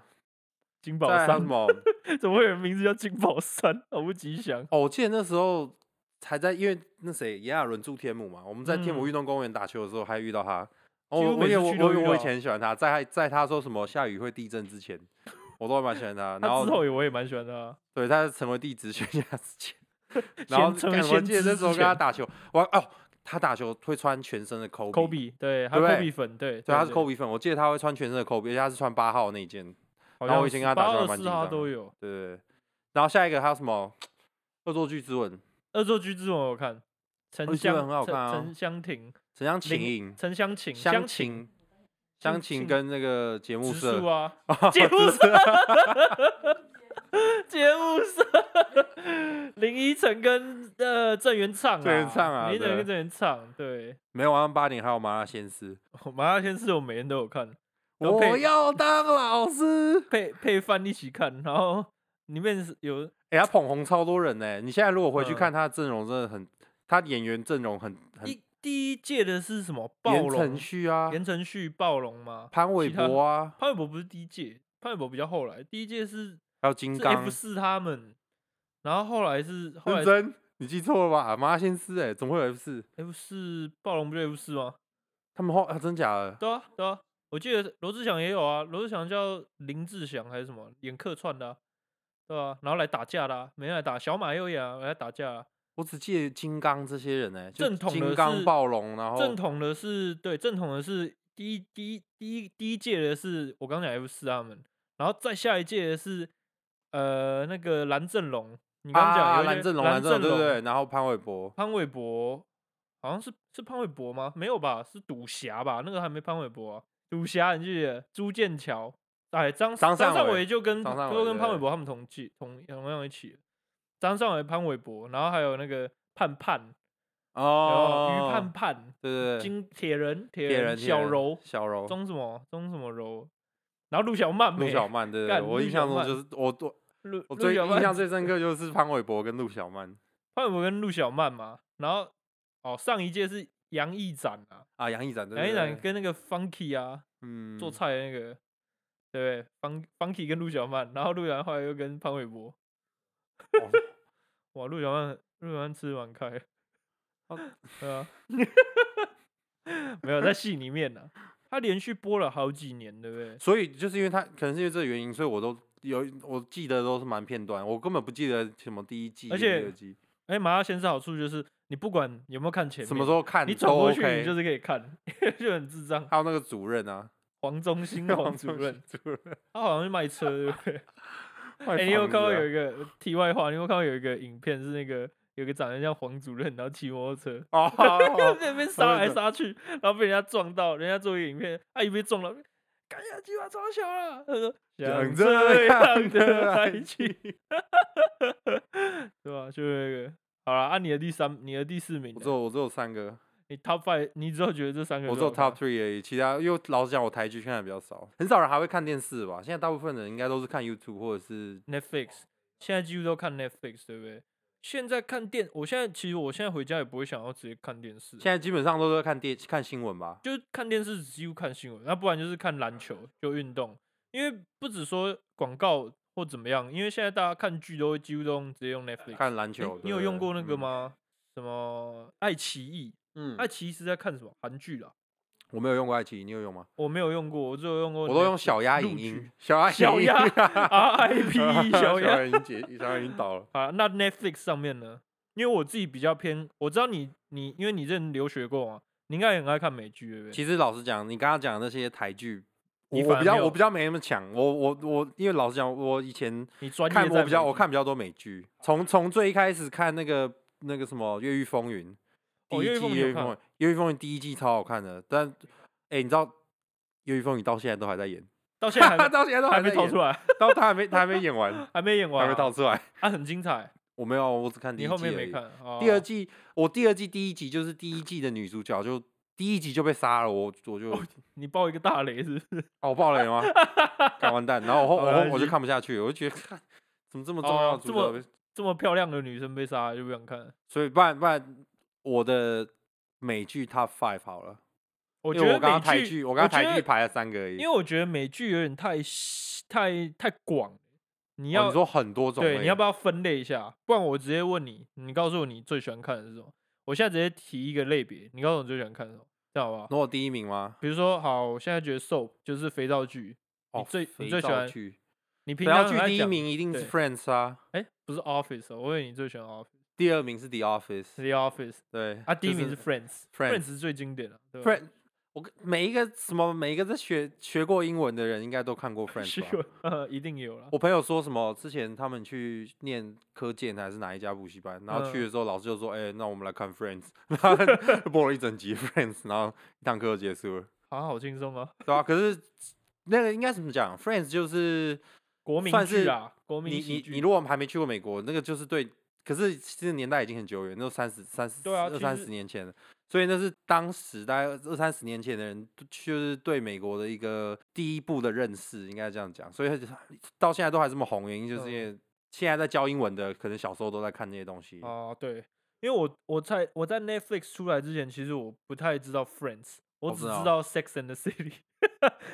Speaker 2: 金宝
Speaker 1: 在什
Speaker 2: 山，
Speaker 1: 么？
Speaker 2: 怎么会有人名字叫金宝山？好不吉祥。
Speaker 1: 哦，我记得那时候还在，因为那谁炎亚纶住天母嘛，我们在天母
Speaker 2: 嗯
Speaker 1: 运动公园打球的时候还遇到他。哦
Speaker 2: 几
Speaker 1: 我
Speaker 2: 乎
Speaker 1: 我
Speaker 2: 每
Speaker 1: 也
Speaker 2: 次
Speaker 1: 我
Speaker 2: 去都
Speaker 1: 我
Speaker 2: 遇
Speaker 1: 我以
Speaker 2: 到
Speaker 1: 前很喜欢他，在他在他说什么下雨会地震之前，我都还蛮喜欢 他。
Speaker 2: 他
Speaker 1: 然后
Speaker 2: 之后也我也蛮喜欢他啊，
Speaker 1: 对 他成为地质学家之前，然后
Speaker 2: 先成
Speaker 1: 干
Speaker 2: 为
Speaker 1: 我
Speaker 2: 先
Speaker 1: 记得
Speaker 2: 知
Speaker 1: 那时候
Speaker 2: 之
Speaker 1: 跟他
Speaker 2: 前
Speaker 1: 打球，我哦，他打球会穿全身的 Kobe，,
Speaker 2: 科比，对，他
Speaker 1: 对不
Speaker 2: 科
Speaker 1: 对
Speaker 2: 比粉，对，
Speaker 1: 对，他是
Speaker 2: 对
Speaker 1: Kobe 粉，我记得他会穿全身的 Kobe，而且他是穿八号那一件，
Speaker 2: 好
Speaker 1: 然后
Speaker 2: 像
Speaker 1: 我以前跟他打球还蛮
Speaker 2: 四
Speaker 1: 紧
Speaker 2: 号
Speaker 1: 张
Speaker 2: 都
Speaker 1: 的
Speaker 2: 有。
Speaker 1: 对对对。然后下一个还有什么？恶作剧之吻，
Speaker 2: 恶作剧之吻我有看，
Speaker 1: 恶作
Speaker 2: 沉
Speaker 1: 剧之吻哦
Speaker 2: 香
Speaker 1: 很好
Speaker 2: 陈
Speaker 1: 看啊
Speaker 2: 陈香婷、
Speaker 1: 陈湘琴
Speaker 2: 林
Speaker 1: 影、
Speaker 2: 陈香晴、
Speaker 1: 湘
Speaker 2: 晴、
Speaker 1: 琴、湘
Speaker 2: 湘
Speaker 1: 琴
Speaker 2: 琴
Speaker 1: 跟那个节目
Speaker 2: 植
Speaker 1: 社
Speaker 2: 树，啊，
Speaker 1: 哦
Speaker 2: 节目
Speaker 1: 植树
Speaker 2: 节目社， 林依晨跟呃郑元畅，
Speaker 1: 郑元畅啊
Speaker 2: 林依晨
Speaker 1: 对
Speaker 2: 跟郑元畅，对，
Speaker 1: 每晚上八点还有麻辣鲜师。
Speaker 2: 我麻辣鲜师我每天都有看，然后
Speaker 1: 我
Speaker 2: 配
Speaker 1: 要当老师。
Speaker 2: 配配饭一起看，然后里面是有
Speaker 1: 哎、他捧红超多人呢、你现在如果回去
Speaker 2: 嗯
Speaker 1: 看他的阵容，真的很，他演员阵容很很
Speaker 2: 一第一届的是什么？暴
Speaker 1: 言
Speaker 2: 龙
Speaker 1: 承、旭啊，
Speaker 2: 言承旭、暴龙吗？
Speaker 1: 潘玮
Speaker 2: 其他
Speaker 1: 柏啊，
Speaker 2: 潘玮柏不是第一届，潘玮柏比较后来，第一届是
Speaker 1: 还有金
Speaker 2: 是
Speaker 1: 刚
Speaker 2: F。四他们，然后后来是后
Speaker 1: 认
Speaker 2: 来
Speaker 1: 真，你记错了吧？麻辣鲜师哎，怎么会有 F 四？
Speaker 2: F 四暴龙不就 F 四吗？
Speaker 1: 他们后、啊、真假的？
Speaker 2: 对啊对啊，我记得罗志祥也有啊，罗志祥叫林志祥还是什么，演客串的啊、对啊，然后来打架的、啊，没人来打，小马也有演啊，来打架、啊。
Speaker 1: 我只记得金刚这些人哎、就
Speaker 2: 正统的
Speaker 1: 金刚
Speaker 2: 是
Speaker 1: 暴龙，然后
Speaker 2: 正统的是对，正统的是第一第一第一第一届的是我刚讲 F 四他们，然后再下一届的是呃那个蓝正龙，你刚讲
Speaker 1: 啊
Speaker 2: 有一
Speaker 1: 蓝
Speaker 2: 些
Speaker 1: 正龙，
Speaker 2: 蓝
Speaker 1: 蓝正龙对
Speaker 2: 龙
Speaker 1: 不对？然后潘玮柏，
Speaker 2: 潘玮柏好像是是潘玮柏吗？没有吧，是赌侠吧？那个还没潘玮柏啊，赌侠你记得？朱剑桥，哎，张
Speaker 1: 张善
Speaker 2: 张善
Speaker 1: 伟
Speaker 2: 伟就跟
Speaker 1: 张善
Speaker 2: 就
Speaker 1: 伟
Speaker 2: 跟
Speaker 1: 对
Speaker 2: 潘玮柏他们同届同同样一起，张善伟、潘玮柏，然后还有那个盼盼，
Speaker 1: 哦
Speaker 2: 然，后于盼盼、
Speaker 1: 对哦对对，
Speaker 2: 金铁人、铁
Speaker 1: 铁人铁
Speaker 2: 小
Speaker 1: 人
Speaker 2: 柔、
Speaker 1: 小柔，
Speaker 2: 钟什么钟什么柔，然后陆小曼
Speaker 1: 陆
Speaker 2: 呗
Speaker 1: 小曼，对对
Speaker 2: 干
Speaker 1: 对，我
Speaker 2: 陆
Speaker 1: 印
Speaker 2: 小
Speaker 1: 象中
Speaker 2: 曼
Speaker 1: 就是我我
Speaker 2: 陆
Speaker 1: 我
Speaker 2: 陆
Speaker 1: 最
Speaker 2: 小
Speaker 1: 印 象
Speaker 2: 曼
Speaker 1: 最深刻就是潘玮柏跟陆小曼
Speaker 2: 潘玮柏跟陆小曼嘛，然后哦上一届是杨毅展啊。
Speaker 1: 啊，杨一展，对
Speaker 2: 杨一展
Speaker 1: 对对
Speaker 2: 跟那个 Funky 啊，
Speaker 1: 嗯
Speaker 2: 做菜的那个，对不对？Fun Funky 跟陆小曼，然后陆小曼后来又跟潘玮柏， 哇，陆小曼陆小曼吃得蛮开的，
Speaker 1: 哦
Speaker 2: 对啊，没有在戏里面呢、他连续播了好几年，对不对？
Speaker 1: 所以就是因为他可能是因为这个原因，所以我都有我记得都是蛮片段，我根本不记得什么第一季
Speaker 2: 而
Speaker 1: 跟第
Speaker 2: 且
Speaker 1: 二季
Speaker 2: 哎，麻辣鲜师好处就是你不管有没有看前面，
Speaker 1: 什么时候看
Speaker 2: 你
Speaker 1: 都
Speaker 2: 转过去你
Speaker 1: OK
Speaker 2: 就。是可以看， 就很智障。
Speaker 1: 还有那个主任啊，
Speaker 2: 黄忠兴
Speaker 1: 王
Speaker 2: 黄主
Speaker 1: 宗
Speaker 2: 任
Speaker 1: 兴，主任，
Speaker 2: 他好像是卖车，对不对？
Speaker 1: 卖
Speaker 2: 哎、你有
Speaker 1: 房
Speaker 2: 看到
Speaker 1: 子啊
Speaker 2: 有一个题外话？你有看到有一个影片是那个有个长得像黄主任，然后骑摩托车
Speaker 1: 哦好好 好
Speaker 2: 在那边杀来
Speaker 1: 知
Speaker 2: 杀去，然后被人家撞到，人家做一个影片，阿姨被撞了，干呀，鸡巴超小了，他说
Speaker 1: 想
Speaker 2: 这
Speaker 1: 这
Speaker 2: 样
Speaker 1: 样
Speaker 2: 的
Speaker 1: 的
Speaker 2: 爱
Speaker 1: 爱
Speaker 2: 情， 对吧、就是那个。好了，按、你的第三，你的第四名
Speaker 1: 我
Speaker 2: 呢，
Speaker 1: 只有我只有三个，
Speaker 2: 你 top five，你只有觉得这三个
Speaker 1: 我
Speaker 2: 比
Speaker 1: 只
Speaker 2: 较
Speaker 1: 有
Speaker 2: 好看，
Speaker 1: top three 而已，其他因为老实讲，我台剧看的比较少，很少人还会看电视吧。现在大部分人应该都是看 YouTube 或者是
Speaker 2: Netflix，现在几乎都看 Netflix，对不对？现在看电，我现在其实我现在回家也不会想要直接看电视，
Speaker 1: 现在基本上都是看电看新闻吧。
Speaker 2: 就是看电视几乎看新闻，那不然就是看篮球就运动，因为不只说广告或怎么样，因为现在大家看剧都会几乎都用直接用 Netflix。
Speaker 1: 看篮
Speaker 2: 你
Speaker 1: 球，嗯
Speaker 2: 你
Speaker 1: 对
Speaker 2: 有
Speaker 1: 不
Speaker 2: 用
Speaker 1: 对
Speaker 2: 过那个？吗？哎什么爱奇艺？
Speaker 1: 嗯，
Speaker 2: 爱
Speaker 1: 嗯
Speaker 2: 奇艺是在看什么韩剧啦？
Speaker 1: 我没有用过爱奇艺，你有用吗？
Speaker 2: 我没有用过，我只有用过 Netflix
Speaker 1: 我
Speaker 2: 陆剧，
Speaker 1: 都用小鸭影音，小鸭
Speaker 2: 小
Speaker 1: 影音
Speaker 2: 鸭 RIP 小鸭
Speaker 1: 影音姐，小鸭影音倒 了。
Speaker 2: 啊，那 Netflix 上面呢？因为我自己比较偏，我知道你你因为你之前留学过嘛，你应该也很爱看美剧，对不对？
Speaker 1: 其实老实讲，你刚刚讲的那些台剧，我
Speaker 2: 你
Speaker 1: 我
Speaker 2: 反而
Speaker 1: 比
Speaker 2: 没
Speaker 1: 较
Speaker 2: 有
Speaker 1: 我比较没那么强，我我我，因为老实讲，我以前
Speaker 2: 你专业
Speaker 1: 看
Speaker 2: 在
Speaker 1: 我比较
Speaker 2: 美
Speaker 1: 我
Speaker 2: 剧
Speaker 1: 看比较多美剧，从从最一开始看那个那个什么《越狱风云》，第
Speaker 2: 哦越
Speaker 1: 一
Speaker 2: 狱
Speaker 1: 季
Speaker 2: 风
Speaker 1: 《
Speaker 2: 云
Speaker 1: 越
Speaker 2: 有
Speaker 1: 狱
Speaker 2: 看
Speaker 1: 风云》，《越狱风云》第一季超好看的，但哎、你知道《越狱风云》到现在都还在演，
Speaker 2: 到现在 还
Speaker 1: 到现在都
Speaker 2: 还
Speaker 1: 在
Speaker 2: 没逃出
Speaker 1: 演，
Speaker 2: 来，
Speaker 1: 到他还没他还没演完，
Speaker 2: 还没演完、
Speaker 1: 还
Speaker 2: 啊，
Speaker 1: 没逃出来。
Speaker 2: 啊，很精彩。
Speaker 1: 我没有，啊我只看第
Speaker 2: 你
Speaker 1: 一
Speaker 2: 后
Speaker 1: 季
Speaker 2: 面
Speaker 1: 而
Speaker 2: 没
Speaker 1: 已
Speaker 2: 看？哦、
Speaker 1: 第二季我第二季第一集就是第一季的女主角就第一集就被杀了，我我就
Speaker 2: 哦你爆一个大雷是不是？
Speaker 1: 哦爆雷了吗？干完蛋，然后我后
Speaker 2: 好
Speaker 1: 我
Speaker 2: 没关
Speaker 1: 后我就
Speaker 2: 系
Speaker 1: 看不下去，我就觉得看怎么这么重要
Speaker 2: 哦
Speaker 1: 的主
Speaker 2: 这么
Speaker 1: 角被，
Speaker 2: 这么漂亮的女生被杀了就不想看。
Speaker 1: 所以不然不然我的美剧 Top Five 好了，
Speaker 2: 我觉
Speaker 1: 因为
Speaker 2: 得
Speaker 1: 我刚刚台
Speaker 2: 美
Speaker 1: 剧
Speaker 2: 剧，
Speaker 1: 我刚刚
Speaker 2: 觉
Speaker 1: 台剧
Speaker 2: 得
Speaker 1: 排了三个而已，
Speaker 2: 因为我觉得美剧有点太细太太广，
Speaker 1: 哦
Speaker 2: 你
Speaker 1: 你
Speaker 2: 要、
Speaker 1: 你说很多种类，
Speaker 2: 对，你要不要分类一下？不然我直接问你，你告诉我你最喜欢看的是什么？我现在直接提一个类别，你告诉我你最喜欢看什么，这样好不好？
Speaker 1: 那我第一名吗？
Speaker 2: 比如说，好，我现在觉得 soap 就是肥皂剧，
Speaker 1: 哦，
Speaker 2: 最
Speaker 1: 肥
Speaker 2: 你最喜
Speaker 1: 皂
Speaker 2: 欢
Speaker 1: 剧，
Speaker 2: 你平
Speaker 1: 肥皂
Speaker 2: 常
Speaker 1: 剧
Speaker 2: 很爱
Speaker 1: 第一
Speaker 2: 讲，
Speaker 1: 名一定是
Speaker 2: 对
Speaker 1: Friends 啊，
Speaker 2: 哎、不是 Office，哦、我以为你最喜欢 Office，
Speaker 1: 第二名是 The Office，
Speaker 2: The Office，
Speaker 1: 对，
Speaker 2: 啊，第一
Speaker 1: 就
Speaker 2: 名是 Friends，Friends、
Speaker 1: Friends
Speaker 2: 是最经典的，对吧
Speaker 1: Friend。我跟每一个什么每一个在学学过英文的人，应该都看过 Friends
Speaker 2: 是
Speaker 1: 吧。
Speaker 2: 有，呃，一定有了。
Speaker 1: 我朋友说什么？之前他们去念科建还是哪一家补习班，然后去
Speaker 2: 嗯
Speaker 1: 的时候老师就说：“哎、那我们来看 Friends。”然后播了一整集 Friends，然后一堂课就结束了，
Speaker 2: 啊，好轻松啊，
Speaker 1: 对吧、可是那个应该怎么讲？Friends 就是
Speaker 2: 国民
Speaker 1: 算
Speaker 2: 剧
Speaker 1: 是
Speaker 2: 啊，国
Speaker 1: 你
Speaker 2: 民喜
Speaker 1: 你
Speaker 2: 剧。
Speaker 1: 你如果还没去过美国，那个就是对，可是其实年代已经很久远，那三十三十
Speaker 2: 对啊
Speaker 1: 二
Speaker 2: 其
Speaker 1: 三
Speaker 2: 实
Speaker 1: 十年前了，所以那是当时大概二三十年前的人，就是对美国的一个第一步的认识，应该这样讲。所以他就到现在都还这么红，原因就是因为现在在教英文的，可能小时候都在看那些东西。
Speaker 2: 啊，对，因为我我在我在 Netflix 出来之前，其实我不太知道 Friends，我
Speaker 1: 哦
Speaker 2: 只
Speaker 1: 真的
Speaker 2: 知
Speaker 1: 哦
Speaker 2: 道 Sex and the City，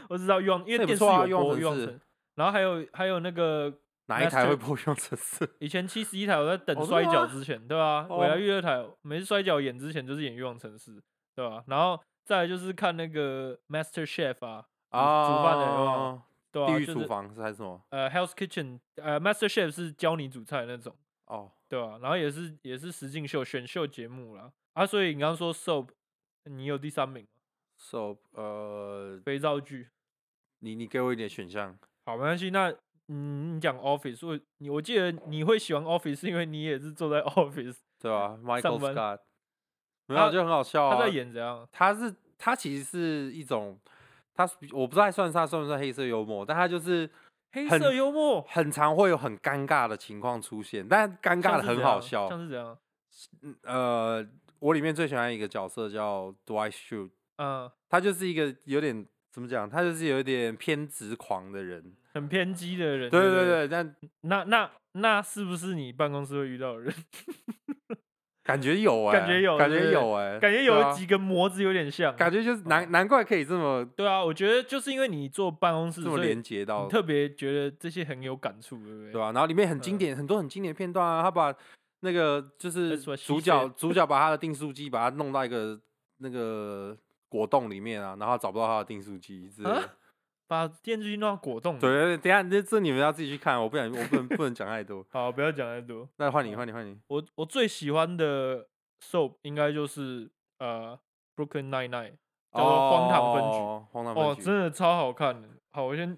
Speaker 2: 我知道用因
Speaker 1: 那也不
Speaker 2: 为电视
Speaker 1: 错啊
Speaker 2: 有
Speaker 1: 欲望
Speaker 2: 播
Speaker 1: 城
Speaker 2: 用
Speaker 1: 市
Speaker 2: 城，然后还有还有那个
Speaker 1: 哪一台
Speaker 2: Master-
Speaker 1: 会播用城 市？
Speaker 2: 以前七十一台我在等
Speaker 1: 哦真的
Speaker 2: 摔跤
Speaker 1: 吗
Speaker 2: 之前，对吧、啊？我来
Speaker 1: 哦
Speaker 2: 娱乐台每次摔跤演之前就是演欲望城市，对吧、然后再来就是看那个 Master Chef 啊，
Speaker 1: 啊，
Speaker 2: 煮饭的有没有对吧、
Speaker 1: 地
Speaker 2: 啊？
Speaker 1: 狱
Speaker 2: 就
Speaker 1: 厨
Speaker 2: 是
Speaker 1: 房是还是什么？
Speaker 2: 呃 House Kitchen，呃 Master Chef 是教你煮菜的那种。
Speaker 1: 哦，
Speaker 2: 对啊，然后也是也是实境秀选秀节目啦。啊，所以你刚刚说 soap，你有第三名吗？
Speaker 1: so 呃，
Speaker 2: 肥皂剧，
Speaker 1: 你你给我一点选项。
Speaker 2: 好，没关系。那嗯，你讲 office，我你我记得你会喜欢 office，是因为你也是坐在 office。
Speaker 1: 对啊
Speaker 2: 上
Speaker 1: ，Michael
Speaker 2: 班
Speaker 1: Scott，没
Speaker 2: 嗯他
Speaker 1: 有就很好笑啊。
Speaker 2: 他在演怎样？
Speaker 1: 他是他其实是一种，他是我不知道算他算不算黑色幽默，但他就是
Speaker 2: 黑
Speaker 1: 很
Speaker 2: 色幽默，
Speaker 1: 很常会有很尴尬的情况出现，但尴尬
Speaker 2: 像
Speaker 1: 的
Speaker 2: 是
Speaker 1: 很
Speaker 2: 怎
Speaker 1: 好
Speaker 2: 样
Speaker 1: 笑。
Speaker 2: 像是怎样？
Speaker 1: 呃，我里面最喜欢一个角色叫 Dwight Schrute，
Speaker 2: 嗯，
Speaker 1: 他就是一个有点怎么讲，他就是有点偏执狂的人。
Speaker 2: 很偏激的人。
Speaker 1: 对
Speaker 2: 对
Speaker 1: 对
Speaker 2: 不，
Speaker 1: 对，但
Speaker 2: 那那那是不是你办公室会遇到的 人？
Speaker 1: 感觉有哎、
Speaker 2: 感觉有
Speaker 1: 感
Speaker 2: 对
Speaker 1: 觉
Speaker 2: 对
Speaker 1: 有哎、
Speaker 2: 感觉哦
Speaker 1: 对
Speaker 2: 有
Speaker 1: 啊
Speaker 2: 几个模子有点像。
Speaker 1: 感觉就是难难怪可以这么
Speaker 2: 对啊，我觉得就是因为你坐办公室，
Speaker 1: 这么
Speaker 2: 所以
Speaker 1: 连接
Speaker 2: 你
Speaker 1: 到，
Speaker 2: 特别觉得这些很有感触，对不对？
Speaker 1: 对啊吧、然后里面很经
Speaker 2: 嗯
Speaker 1: 典，很多很经典的片段啊，他把那个就是
Speaker 2: That's what she
Speaker 1: 主角
Speaker 2: said
Speaker 1: 主角把他的订书机把它弄到一个那个果冻里面啊，然后找不到他的订书机之类的。
Speaker 2: 啊把电视剧弄到果冻。，。
Speaker 1: 对，等一下这这你们要自己去看，我不想我不能不能讲太多
Speaker 2: 好，不要讲太多。
Speaker 1: 那换你换你换你，
Speaker 2: 我我最喜欢的 soap 应该就是呃 Brooklyn Nine Nine，叫做荒唐分局
Speaker 1: 哦荒唐
Speaker 2: 哦，
Speaker 1: 分局。
Speaker 2: 真的超好看的。好，我先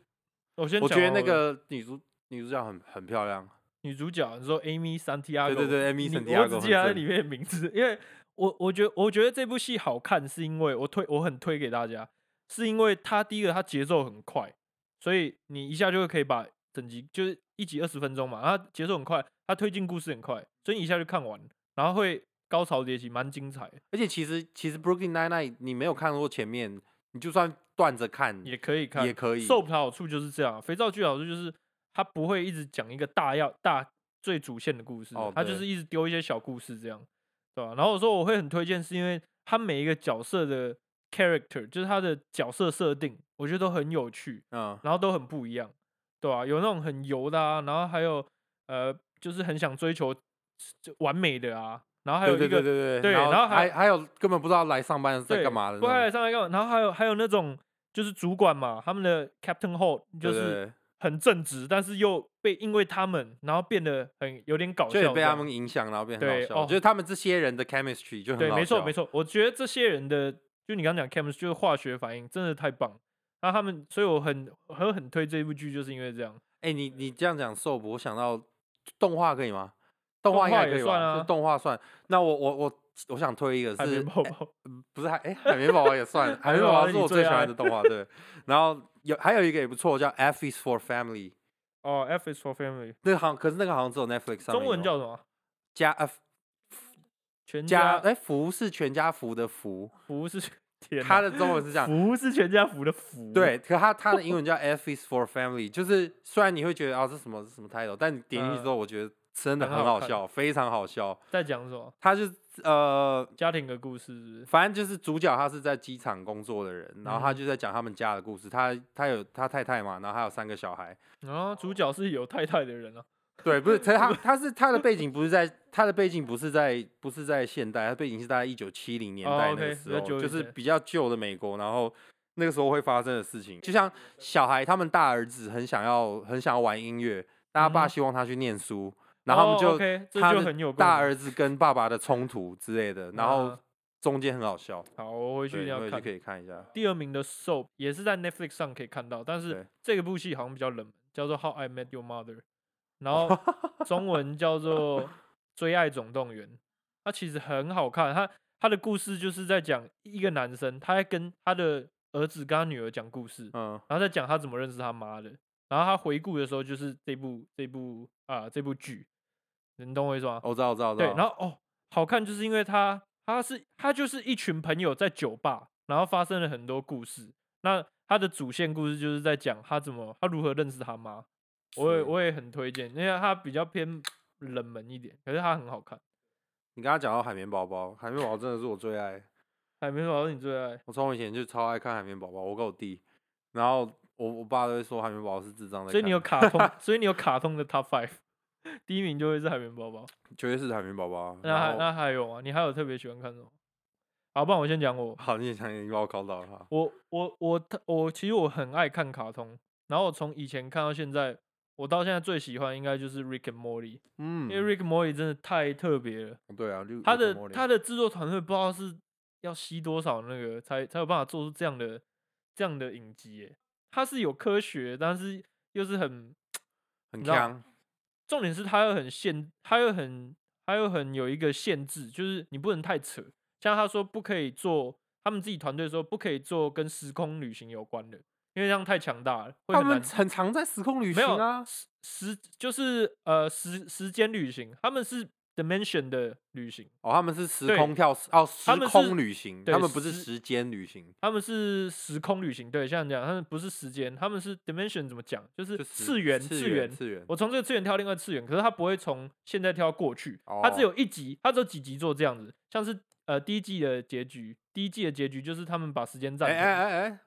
Speaker 2: 我先
Speaker 1: 我
Speaker 2: 讲
Speaker 1: 觉得
Speaker 2: 好
Speaker 1: 那
Speaker 2: 了
Speaker 1: 个女主女主角很很漂亮，
Speaker 2: 女主角，你说 Amy Santiago，
Speaker 1: 对对对
Speaker 2: 你
Speaker 1: ，Amy
Speaker 2: 我
Speaker 1: Santiago
Speaker 2: 只
Speaker 1: 很
Speaker 2: 记得她在
Speaker 1: 正
Speaker 2: 里面的名字，因为我我觉得我觉得这部戏好看，是因为我推我很推给大家，是因为它第一个它节奏很快，所以你一下就会可以把整集就是一集二十分钟嘛，然后它节奏很快，它推进故事很快，所以你一下就看完，然后会高潮迭起，蛮精彩的，
Speaker 1: 而且其实其实 Brooklyn Nine Nine 你没有看过前面，你就算断着看
Speaker 2: 也可以看，
Speaker 1: 也可以
Speaker 2: soap 它好处就是这样，肥皂剧的好处就是它不会一直讲一个大要大最主线的故事，啊
Speaker 1: 哦
Speaker 2: 它就
Speaker 1: 对
Speaker 2: 是一直丢一些小故事这样，对吧、然后我说我会很推荐，是因为它每一个角色的 character，就是它的角色设定，我觉得都很有趣，
Speaker 1: 嗯
Speaker 2: 然后都很不一样，对吧、有那种很油的啊，然后还有呃，就是很想追求就完美的啊，然后还有一个
Speaker 1: 对对对对
Speaker 2: 对
Speaker 1: 然
Speaker 2: 然后
Speaker 1: 还
Speaker 2: 还
Speaker 1: 还有根本不知道来上班是在
Speaker 2: 对
Speaker 1: 干嘛的
Speaker 2: 不
Speaker 1: 那
Speaker 2: 然
Speaker 1: 种，
Speaker 2: 来上来干嘛？然后还有还有那种就是主管嘛，他们的 Captain Holt 就
Speaker 1: 对
Speaker 2: 是。
Speaker 1: 对
Speaker 2: 很正直，但是又被因为他们，然后变得很有点搞笑
Speaker 1: 对
Speaker 2: 这
Speaker 1: 就也
Speaker 2: 样。
Speaker 1: 被他们影响，然后变得很
Speaker 2: 对
Speaker 1: 好笑。
Speaker 2: 哦
Speaker 1: 我觉得他们这些人的 chemistry 就很
Speaker 2: 对，
Speaker 1: 好
Speaker 2: 没错
Speaker 1: 笑
Speaker 2: 没。错。我觉得这些人的，就你刚刚讲 c h e m i s 就是化学反应，真的太棒。那他们，所以我很我很推这部剧，就是因为这样。
Speaker 1: 哎，你你这样讲 soap，我想到动画可以吗？动
Speaker 2: 动
Speaker 1: 画应
Speaker 2: 画
Speaker 1: 该
Speaker 2: 也
Speaker 1: 可以
Speaker 2: 算
Speaker 1: 吧？
Speaker 2: 啊
Speaker 1: 就动画算。那我我我我想推一个
Speaker 2: 海绵
Speaker 1: 是
Speaker 2: 宝
Speaker 1: 哎
Speaker 2: 宝，
Speaker 1: 不是海哎海绵宝宝也 算，海绵宝
Speaker 2: 宝宝
Speaker 1: 宝
Speaker 2: 是
Speaker 1: 是
Speaker 2: 你
Speaker 1: 我
Speaker 2: 最
Speaker 1: 最喜
Speaker 2: 爱
Speaker 1: 欢的动画。对，然后有还有一个也不错，叫 F is for Family。
Speaker 2: 哦，F is for Family，
Speaker 1: 那个好像，可是那个好像只有 Netflix 上面有。
Speaker 2: 中文叫什么？
Speaker 1: 加 F
Speaker 2: 全
Speaker 1: 加
Speaker 2: 家
Speaker 1: 哎福是全家福的福，
Speaker 2: 福是 天哪，
Speaker 1: 它的中文是这样。
Speaker 2: 福是全家福的福。
Speaker 1: 对，可它它的英文叫 F is for family，就是虽然你会觉得啊这是什么这是什么 title，但你点进去之后，我觉得真的
Speaker 2: 嗯很
Speaker 1: 很
Speaker 2: 好
Speaker 1: 好
Speaker 2: 看
Speaker 1: 笑，非常好笑。
Speaker 2: 在讲什么？
Speaker 1: 他就是呃，
Speaker 2: 家庭的故事是不是
Speaker 1: 反正就是主角他是在机场工作的人，然后他
Speaker 2: 嗯
Speaker 1: 就在讲他们家的故事。他他有他太太嘛，然后还有三个小孩。
Speaker 2: 然后主角是有太太的人啊。
Speaker 1: 对，不是他 他他是他的背景不是在他的背景不是在不是在现代，他背景是大概一九七零年
Speaker 2: 哦
Speaker 1: 代那
Speaker 2: ，OK，
Speaker 1: 个
Speaker 2: 比
Speaker 1: 时
Speaker 2: 较
Speaker 1: 候，
Speaker 2: 久
Speaker 1: 就
Speaker 2: 以
Speaker 1: 是
Speaker 2: 前
Speaker 1: 比较旧的美国，然后那个时候会发生的事情，就像小孩他们大儿子很想要很想要玩音乐，但他
Speaker 2: 嗯
Speaker 1: 爸
Speaker 2: 哼
Speaker 1: 希望他去念书，然后他
Speaker 2: 哦
Speaker 1: 们就、
Speaker 2: OK，这
Speaker 1: 他
Speaker 2: 就
Speaker 1: 的
Speaker 2: 很有共
Speaker 1: 大
Speaker 2: 鸣
Speaker 1: 儿子跟爸爸的冲突之类的，然后
Speaker 2: 啊
Speaker 1: 中间很好笑，
Speaker 2: 好，我回去
Speaker 1: 对，
Speaker 2: 一定
Speaker 1: 你回去
Speaker 2: 要看
Speaker 1: 可。以看一下。
Speaker 2: 第二名的《Soap》也是在 Netflix 上可以看到，但
Speaker 1: 对
Speaker 2: 是这个部戏好像比较冷门，叫做《How I Met Your Mother》，然后中文叫做《追爱总动员》，它其实很好看。它它的故事就是在讲一个男生，他在跟他的儿子跟他女儿讲故事，
Speaker 1: 嗯，
Speaker 2: 然后再讲他怎么认识他妈的。然后他回顾的时候，就是这部这部啊、这部剧，你懂我意思吗？
Speaker 1: 我知道，我知道，我知
Speaker 2: 对
Speaker 1: 道。，
Speaker 2: 然后哦，好看就是因为他他是他就是一群朋友在酒吧，然后发生了很多故事。那他的主线故事就是在讲他怎么他如何认识他妈，我也
Speaker 1: 是
Speaker 2: 我也很推荐，因为他比较偏冷门一点，可是他很好看。
Speaker 1: 你刚刚讲到海绵宝宝，海绵宝宝真的是我最爱。
Speaker 2: 海绵宝宝是你最爱，
Speaker 1: 我从以前就超爱看海绵宝宝，我跟我弟，然后我我爸都会说海绵宝宝是智障在看，
Speaker 2: 所以你有卡通，所以你有卡通的 Top Five，第一名就会是海绵 宝宝。
Speaker 1: 绝对是海绵宝宝。
Speaker 2: 那还
Speaker 1: 然后
Speaker 2: 那还有吗？你还有特别喜欢看什么？好，不然我先讲我，
Speaker 1: 好，你也想你把我考倒了哈。
Speaker 2: 我我我特我其实我很爱看卡通，然后我从以前看到现在，我到现在最喜欢应该就是 Rick and Morty，、
Speaker 1: 嗯，
Speaker 2: 因为 Rick and Morty 真的太特别了，
Speaker 1: 对啊，就
Speaker 2: 他
Speaker 1: 有点
Speaker 2: 的
Speaker 1: 摸脸
Speaker 2: 他的制作团队不知道是要吸多少那个才才有办法做出这样的这样的影集耶，它是有科学，但是又是很
Speaker 1: 很
Speaker 2: 你知道
Speaker 1: 强，
Speaker 2: 重点是它又很限，它又很，它又很有一个限制，就是你不能太扯。像他说不可以做，他们自己团队说不可以做跟时空旅行有关的，因为这样太强大了，会
Speaker 1: 他
Speaker 2: 很难
Speaker 1: 们。很常在时空旅
Speaker 2: 没
Speaker 1: 行
Speaker 2: 有
Speaker 1: 啊。
Speaker 2: 时时就是呃时时间旅行，他们是 dimension 的旅行，
Speaker 1: 哦，他们是时
Speaker 2: 对
Speaker 1: 空跳哦，时
Speaker 2: 他们是
Speaker 1: 空旅行，
Speaker 2: 对
Speaker 1: 他们不是
Speaker 2: 时
Speaker 1: 时间旅行，
Speaker 2: 他们是时空旅行。对，像你讲，他们不是时间，他们是 dimension 怎么讲？就是
Speaker 1: 就时
Speaker 2: 次元
Speaker 1: 次
Speaker 2: 次元
Speaker 1: 次元。
Speaker 2: 我从这个次元跳另外次元，可是它不会从现在跳到过去，它只
Speaker 1: 哦
Speaker 2: 有一集，它只有几集做这样子，像是呃第一季的结局，第一季的结局就是他们把时间暂
Speaker 1: 哎
Speaker 2: 停，
Speaker 1: 哎哎哎，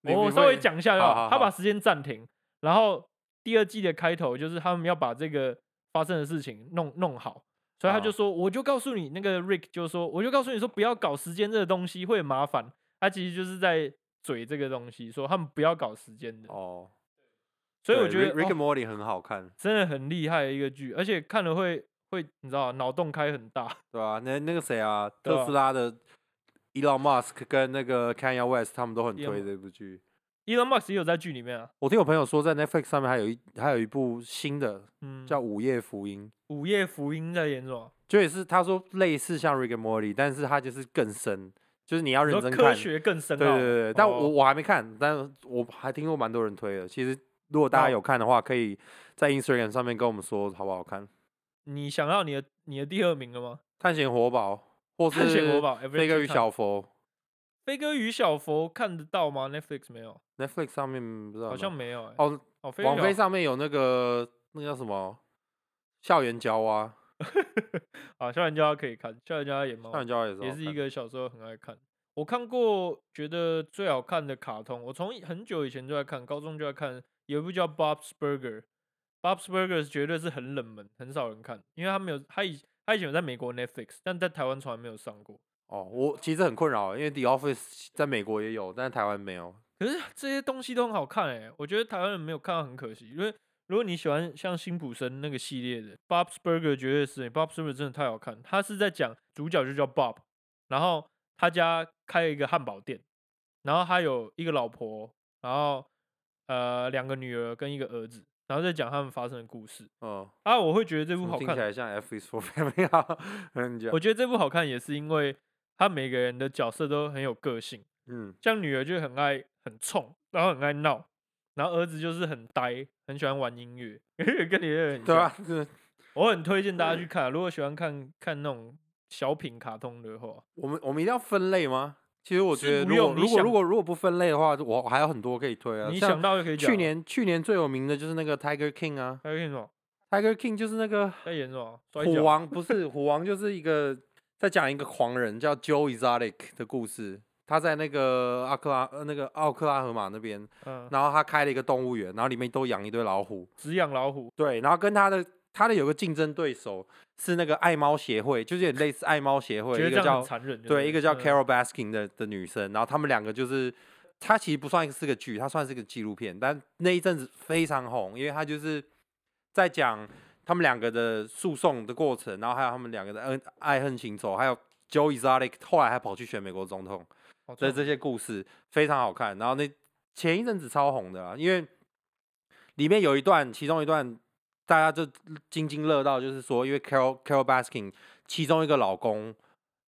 Speaker 1: 你
Speaker 2: 我
Speaker 1: 你
Speaker 2: 稍微
Speaker 1: 会
Speaker 2: 讲一下就
Speaker 1: 好
Speaker 2: 好
Speaker 1: 好
Speaker 2: 他把
Speaker 1: 好
Speaker 2: 时间暂停，然后第二季的开头就是他们要把这个发生的事情弄弄好，所以他就
Speaker 1: 好
Speaker 2: 说，我就告诉你，那个 Rick 就说，我就告诉你说不要搞时间这个东西会很麻烦，他其实就是在嘴这个东西，说他们不要搞时间的，
Speaker 1: 哦，
Speaker 2: 所以我
Speaker 1: 对
Speaker 2: 觉得
Speaker 1: Rick Rick and
Speaker 2: 哦
Speaker 1: Morty 很好看，
Speaker 2: 真的很厉害的一个剧，而且看了会会你知道脑洞开很大。
Speaker 1: 对啊，那那个谁啊，
Speaker 2: 对
Speaker 1: 特
Speaker 2: 啊
Speaker 1: 斯拉的 Elon Musk 跟那个 Kanye West 他们都很
Speaker 2: Elon
Speaker 1: 推
Speaker 2: Musk
Speaker 1: 这部剧。
Speaker 2: Elon Musk 也有在剧里面啊，
Speaker 1: 我听我朋友说，在 Netflix 上面还有一还有一部新的
Speaker 2: 嗯，
Speaker 1: 叫《午夜福音
Speaker 2: 午夜福音在演什么？》，
Speaker 1: 就也是他说类似像 Rick and Morty，但是它就是更深，就是你要
Speaker 2: 你
Speaker 1: 认
Speaker 2: 说
Speaker 1: 真
Speaker 2: 科
Speaker 1: 看。
Speaker 2: 学更深
Speaker 1: 对对
Speaker 2: 奥，
Speaker 1: 对对，但我、
Speaker 2: 哦
Speaker 1: 我还没看，但是我还听过蛮多人推的。其实如果大
Speaker 2: 好
Speaker 1: 家有看的话，可以在 Instagram 上面跟我们说好不好看，《
Speaker 2: 你想到你的你的第二名了吗？
Speaker 1: 探险活宝》或是
Speaker 2: 探险活宝
Speaker 1: 《
Speaker 2: ，Everything
Speaker 1: 飞哥与
Speaker 2: Time
Speaker 1: 小佛
Speaker 2: 飞哥与小佛看得到吗？Netflix 没有，》
Speaker 1: ，Netflix 上面不知道有
Speaker 2: 好
Speaker 1: 没
Speaker 2: 像
Speaker 1: 有
Speaker 2: 没有、欸。
Speaker 1: 哦，
Speaker 2: 哦，飞哥
Speaker 1: 网
Speaker 2: 与
Speaker 1: 飞
Speaker 2: 小
Speaker 1: 上面有那个那个叫什么校园交啊，
Speaker 2: 啊，校园家可以看，校园家也蛮好
Speaker 1: 校园交也是哦
Speaker 2: 也
Speaker 1: 好
Speaker 2: 是一
Speaker 1: 看
Speaker 2: 个小时候很爱看。我看过觉得最好看的卡通，我从很久以前就在看，高中就在看，有一部叫《Bob's Burger》，Bob's Burger 绝对是很冷门，很少人看，因为他没有，他以他以前有在美国 Netflix，但在台湾从来没有上过。
Speaker 1: 哦。我其实很困扰，因为 The Office 在美国也有，但是台湾没有。
Speaker 2: 可是这些东西都很好看哎、我觉得台湾人没有看到很可惜，因为如果你喜欢像辛普森那个系列的，Bob's Burger 绝对是、Bob's Burger 真的太好看，他是在讲主角就叫 Bob，然后他家开了一个汉堡店，然后他有一个老婆，然后呃两个女儿跟一个儿子，然后再讲他们发生的故事
Speaker 1: 嗯，
Speaker 2: 啊，我会觉得这部
Speaker 1: 怎么
Speaker 2: 好
Speaker 1: 听起
Speaker 2: 看，
Speaker 1: 来像 F is for Family 啊。嗯，
Speaker 2: 我觉得这部好看也是因为他每个人的角色都很有个性。
Speaker 1: 嗯，
Speaker 2: 像女儿就很爱很冲，然后很爱闹，然后儿子就是很呆，很喜欢玩音乐， 跟你也很
Speaker 1: 对
Speaker 2: 像
Speaker 1: 啊，这
Speaker 2: 我很推荐大 家去看，啊如果喜欢看看那种小品卡通的话，
Speaker 1: 我们我们一定要分类吗？其实我
Speaker 2: 是
Speaker 1: 觉得，
Speaker 2: 不
Speaker 1: 如
Speaker 2: 用
Speaker 1: 果
Speaker 2: 你
Speaker 1: 如果
Speaker 2: 想
Speaker 1: 如果如果不分类的话，我还有很多可以推啊。
Speaker 2: 你
Speaker 1: 像
Speaker 2: 想到就可以讲啊。
Speaker 1: 去年去年最有名的就是那个 Tiger King 啊
Speaker 2: 还有演什么？
Speaker 1: ，Tiger King 就是那个
Speaker 2: 在演什么？摔
Speaker 1: 虎
Speaker 2: 跤？
Speaker 1: 王不是虎王，就是一个在讲一个狂人叫 Joe Exotic 的故事。他在那个阿克拉呃那个奥克拉荷马那边，
Speaker 2: 嗯，
Speaker 1: 然后他开了一个动物园，然后里面都养一堆老虎。
Speaker 2: 只养老虎。
Speaker 1: 对，然后跟他的他的有个竞争对手是那个爱猫协会，就是有点类似爱猫协会，
Speaker 2: 觉得
Speaker 1: 一
Speaker 2: 这
Speaker 1: 个
Speaker 2: 样
Speaker 1: 叫
Speaker 2: 很残忍。
Speaker 1: 对一个叫
Speaker 2: 嗯
Speaker 1: Carol Baskin 的的女生，然后他们两个就是。它其实不算是个剧，它算是个纪录片，但那一阵子非常红，因为它就是在讲他们两个的诉讼的过程，然后还有他们两个的恩爱恨情仇，还有 Joe Exotic 后来还跑去选美国总统，
Speaker 2: 好
Speaker 1: 所以
Speaker 2: 重
Speaker 1: 这些故事非常好看。然后那前一阵子超红的啦，因为里面有一段，其中一段大家就津津乐道，就是说，因为 Carol Carol Baskin 其中一个老公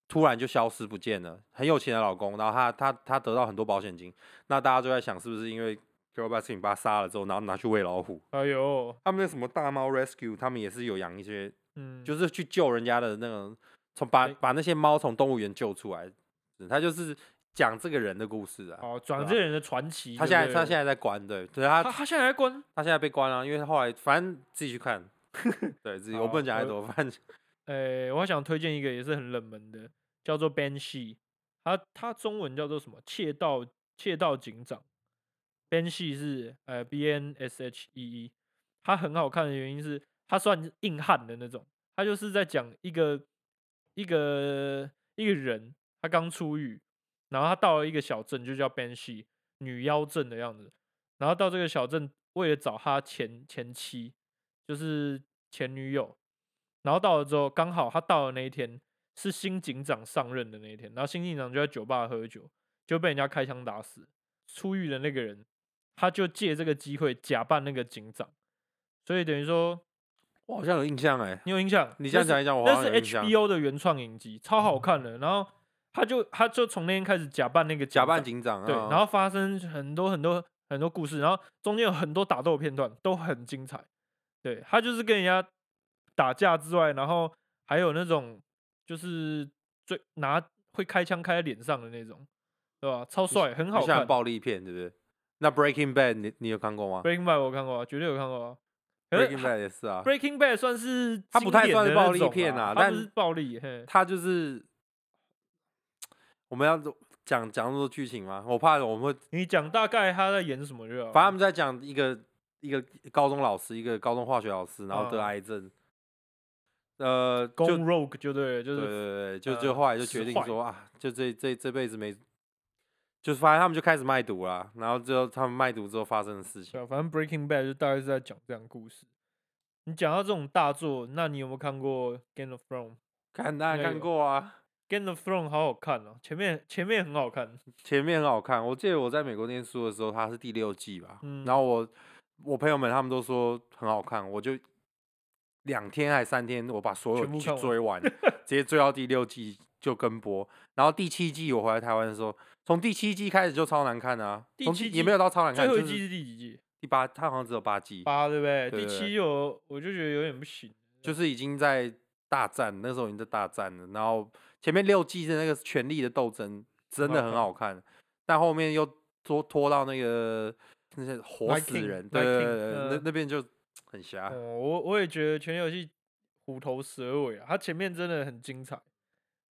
Speaker 1: 突然就消失不见了，很有钱的老公，然后他他他得到很多保险金，那大家就在想，是不是因为 Carol Baskin 把他杀了之后，然后拿去喂老虎？
Speaker 2: 哎呦，
Speaker 1: 他们那什么大猫 Rescue，他们也是有养一些，
Speaker 2: 嗯，
Speaker 1: 就是去救人家的那种，从把
Speaker 2: 对
Speaker 1: 把那些猫从动物园救出来，嗯他就是讲这个人的故事啊。
Speaker 2: 哦，转
Speaker 1: 对
Speaker 2: 这个人的传奇就
Speaker 1: 他
Speaker 2: 对
Speaker 1: 现
Speaker 2: 了。
Speaker 1: 在他现在在关，对，对他
Speaker 2: 他他现在还关，
Speaker 1: 他现在被关了、因为后来反正自己去 看，对自己我不能
Speaker 2: 好
Speaker 1: 讲太
Speaker 2: 我
Speaker 1: 多，反正
Speaker 2: 诶、我还想推荐一个也是很冷门的，叫做 Banshee，它它中文叫做什么？窃盗窃盗警长。Banshee 是呃 B N S H E E，它很好看的原因是它算是硬汉的那种，它就是在讲一个一个一个人，他刚出狱，然后他到了一个小镇，就叫 Banshee 女妖镇的样子，然后到这个小镇为了找他前前妻，就是前女友，然后到了之后，刚好他到的那一天是新警长上任的那一天，然后新警长就在酒吧喝酒，就被人家开枪打死。出狱的那个人，他就借这个机会假扮那个警长，所以等于说
Speaker 1: 我好像有印象哎、
Speaker 2: 你有印象？
Speaker 1: 你
Speaker 2: 那
Speaker 1: 这样
Speaker 2: 是
Speaker 1: 讲一讲我好
Speaker 2: 那
Speaker 1: 像
Speaker 2: 是
Speaker 1: 有印象嗯
Speaker 2: HBO 的原创影集，超好看的。然后他就他就从那天开始假扮那个
Speaker 1: 假扮
Speaker 2: 长
Speaker 1: 警长，
Speaker 2: 对，
Speaker 1: 啊
Speaker 2: 然后发生很多很多很多故事，然后中间有很多打斗片段都很精彩。对他就是跟人家打架之外，然后还有那种就是最拿会开枪开在脸上的那种，对吧？超帅，很好
Speaker 1: 就像
Speaker 2: 看。
Speaker 1: 暴力片，对不对？那 Breaking Bad 你你有看过吗
Speaker 2: Breaking Bad 我看过啊，绝对有看过啊。可是
Speaker 1: ？Breaking Bad 也是啊，
Speaker 2: Breaking Bad 算是
Speaker 1: 它不
Speaker 2: 经
Speaker 1: 太
Speaker 2: 典
Speaker 1: 算
Speaker 2: 的
Speaker 1: 是
Speaker 2: 那
Speaker 1: 暴力
Speaker 2: 种
Speaker 1: 片
Speaker 2: 啊
Speaker 1: 啊，
Speaker 2: 它
Speaker 1: 但
Speaker 2: 不是暴力，嘿，
Speaker 1: 他就是我们要讲讲那么多剧情吗？我怕我们会，
Speaker 2: 你讲大概他在演什么就好了。
Speaker 1: 反正他们在讲一个一个高中老师，一个高中化学老师，然后得
Speaker 2: 嗯
Speaker 1: 癌症，呃，就
Speaker 2: 攻 rogue 就对了，就
Speaker 1: 对对
Speaker 2: 是
Speaker 1: 对，就
Speaker 2: 呃
Speaker 1: 就后来就
Speaker 2: 使
Speaker 1: 决定
Speaker 2: 坏
Speaker 1: 说啊，就这这这辈子没，就是反正他们就开始卖毒啦，然后之后他们卖毒之后发生的事情。
Speaker 2: 对啊，反正 Breaking Bad 就大概是在讲这样的故事。你讲到这种大作，那你有没有看过 Game of Thrones？
Speaker 1: 看，当然
Speaker 2: 应该
Speaker 1: 看
Speaker 2: 有
Speaker 1: 过啊，
Speaker 2: Game of Thrones 好好看哦，前面前面很好看，
Speaker 1: 前面很好看。我记得我在美国念书的时候，它是第六季吧，
Speaker 2: 嗯
Speaker 1: 然后我我朋友们他们都说很好看，我就两天还三天，我把所有
Speaker 2: 全部
Speaker 1: 剧
Speaker 2: 看完
Speaker 1: 追 完，直接追到第六季就跟播。然后第七季我回来台湾的时候，从第七季开始就超难看啊，
Speaker 2: 第
Speaker 1: 从
Speaker 2: 七
Speaker 1: 也没
Speaker 2: 季
Speaker 1: 有到超难
Speaker 2: 最
Speaker 1: 看，
Speaker 2: 后
Speaker 1: 就
Speaker 2: 一季
Speaker 1: 是
Speaker 2: 是第几季？
Speaker 1: 第八，它好像只有八季，
Speaker 2: 八对不对？
Speaker 1: 对
Speaker 2: 第
Speaker 1: 对
Speaker 2: 七就我就觉得有点不行，
Speaker 1: 就是已经在大战，那时候已经在大战了。然后前面六季的那个权力的斗争真的
Speaker 2: 很
Speaker 1: 很
Speaker 2: 好
Speaker 1: 好看，但后面又拖拖到那个那些活
Speaker 2: Night
Speaker 1: 死
Speaker 2: King，
Speaker 1: 人，
Speaker 2: Night
Speaker 1: 对对
Speaker 2: King，
Speaker 1: 对对
Speaker 2: 呃
Speaker 1: 那那边就很瞎。
Speaker 2: 哦，我我也觉得《权力游戏》虎头蛇尾啊，它前面真的很精彩，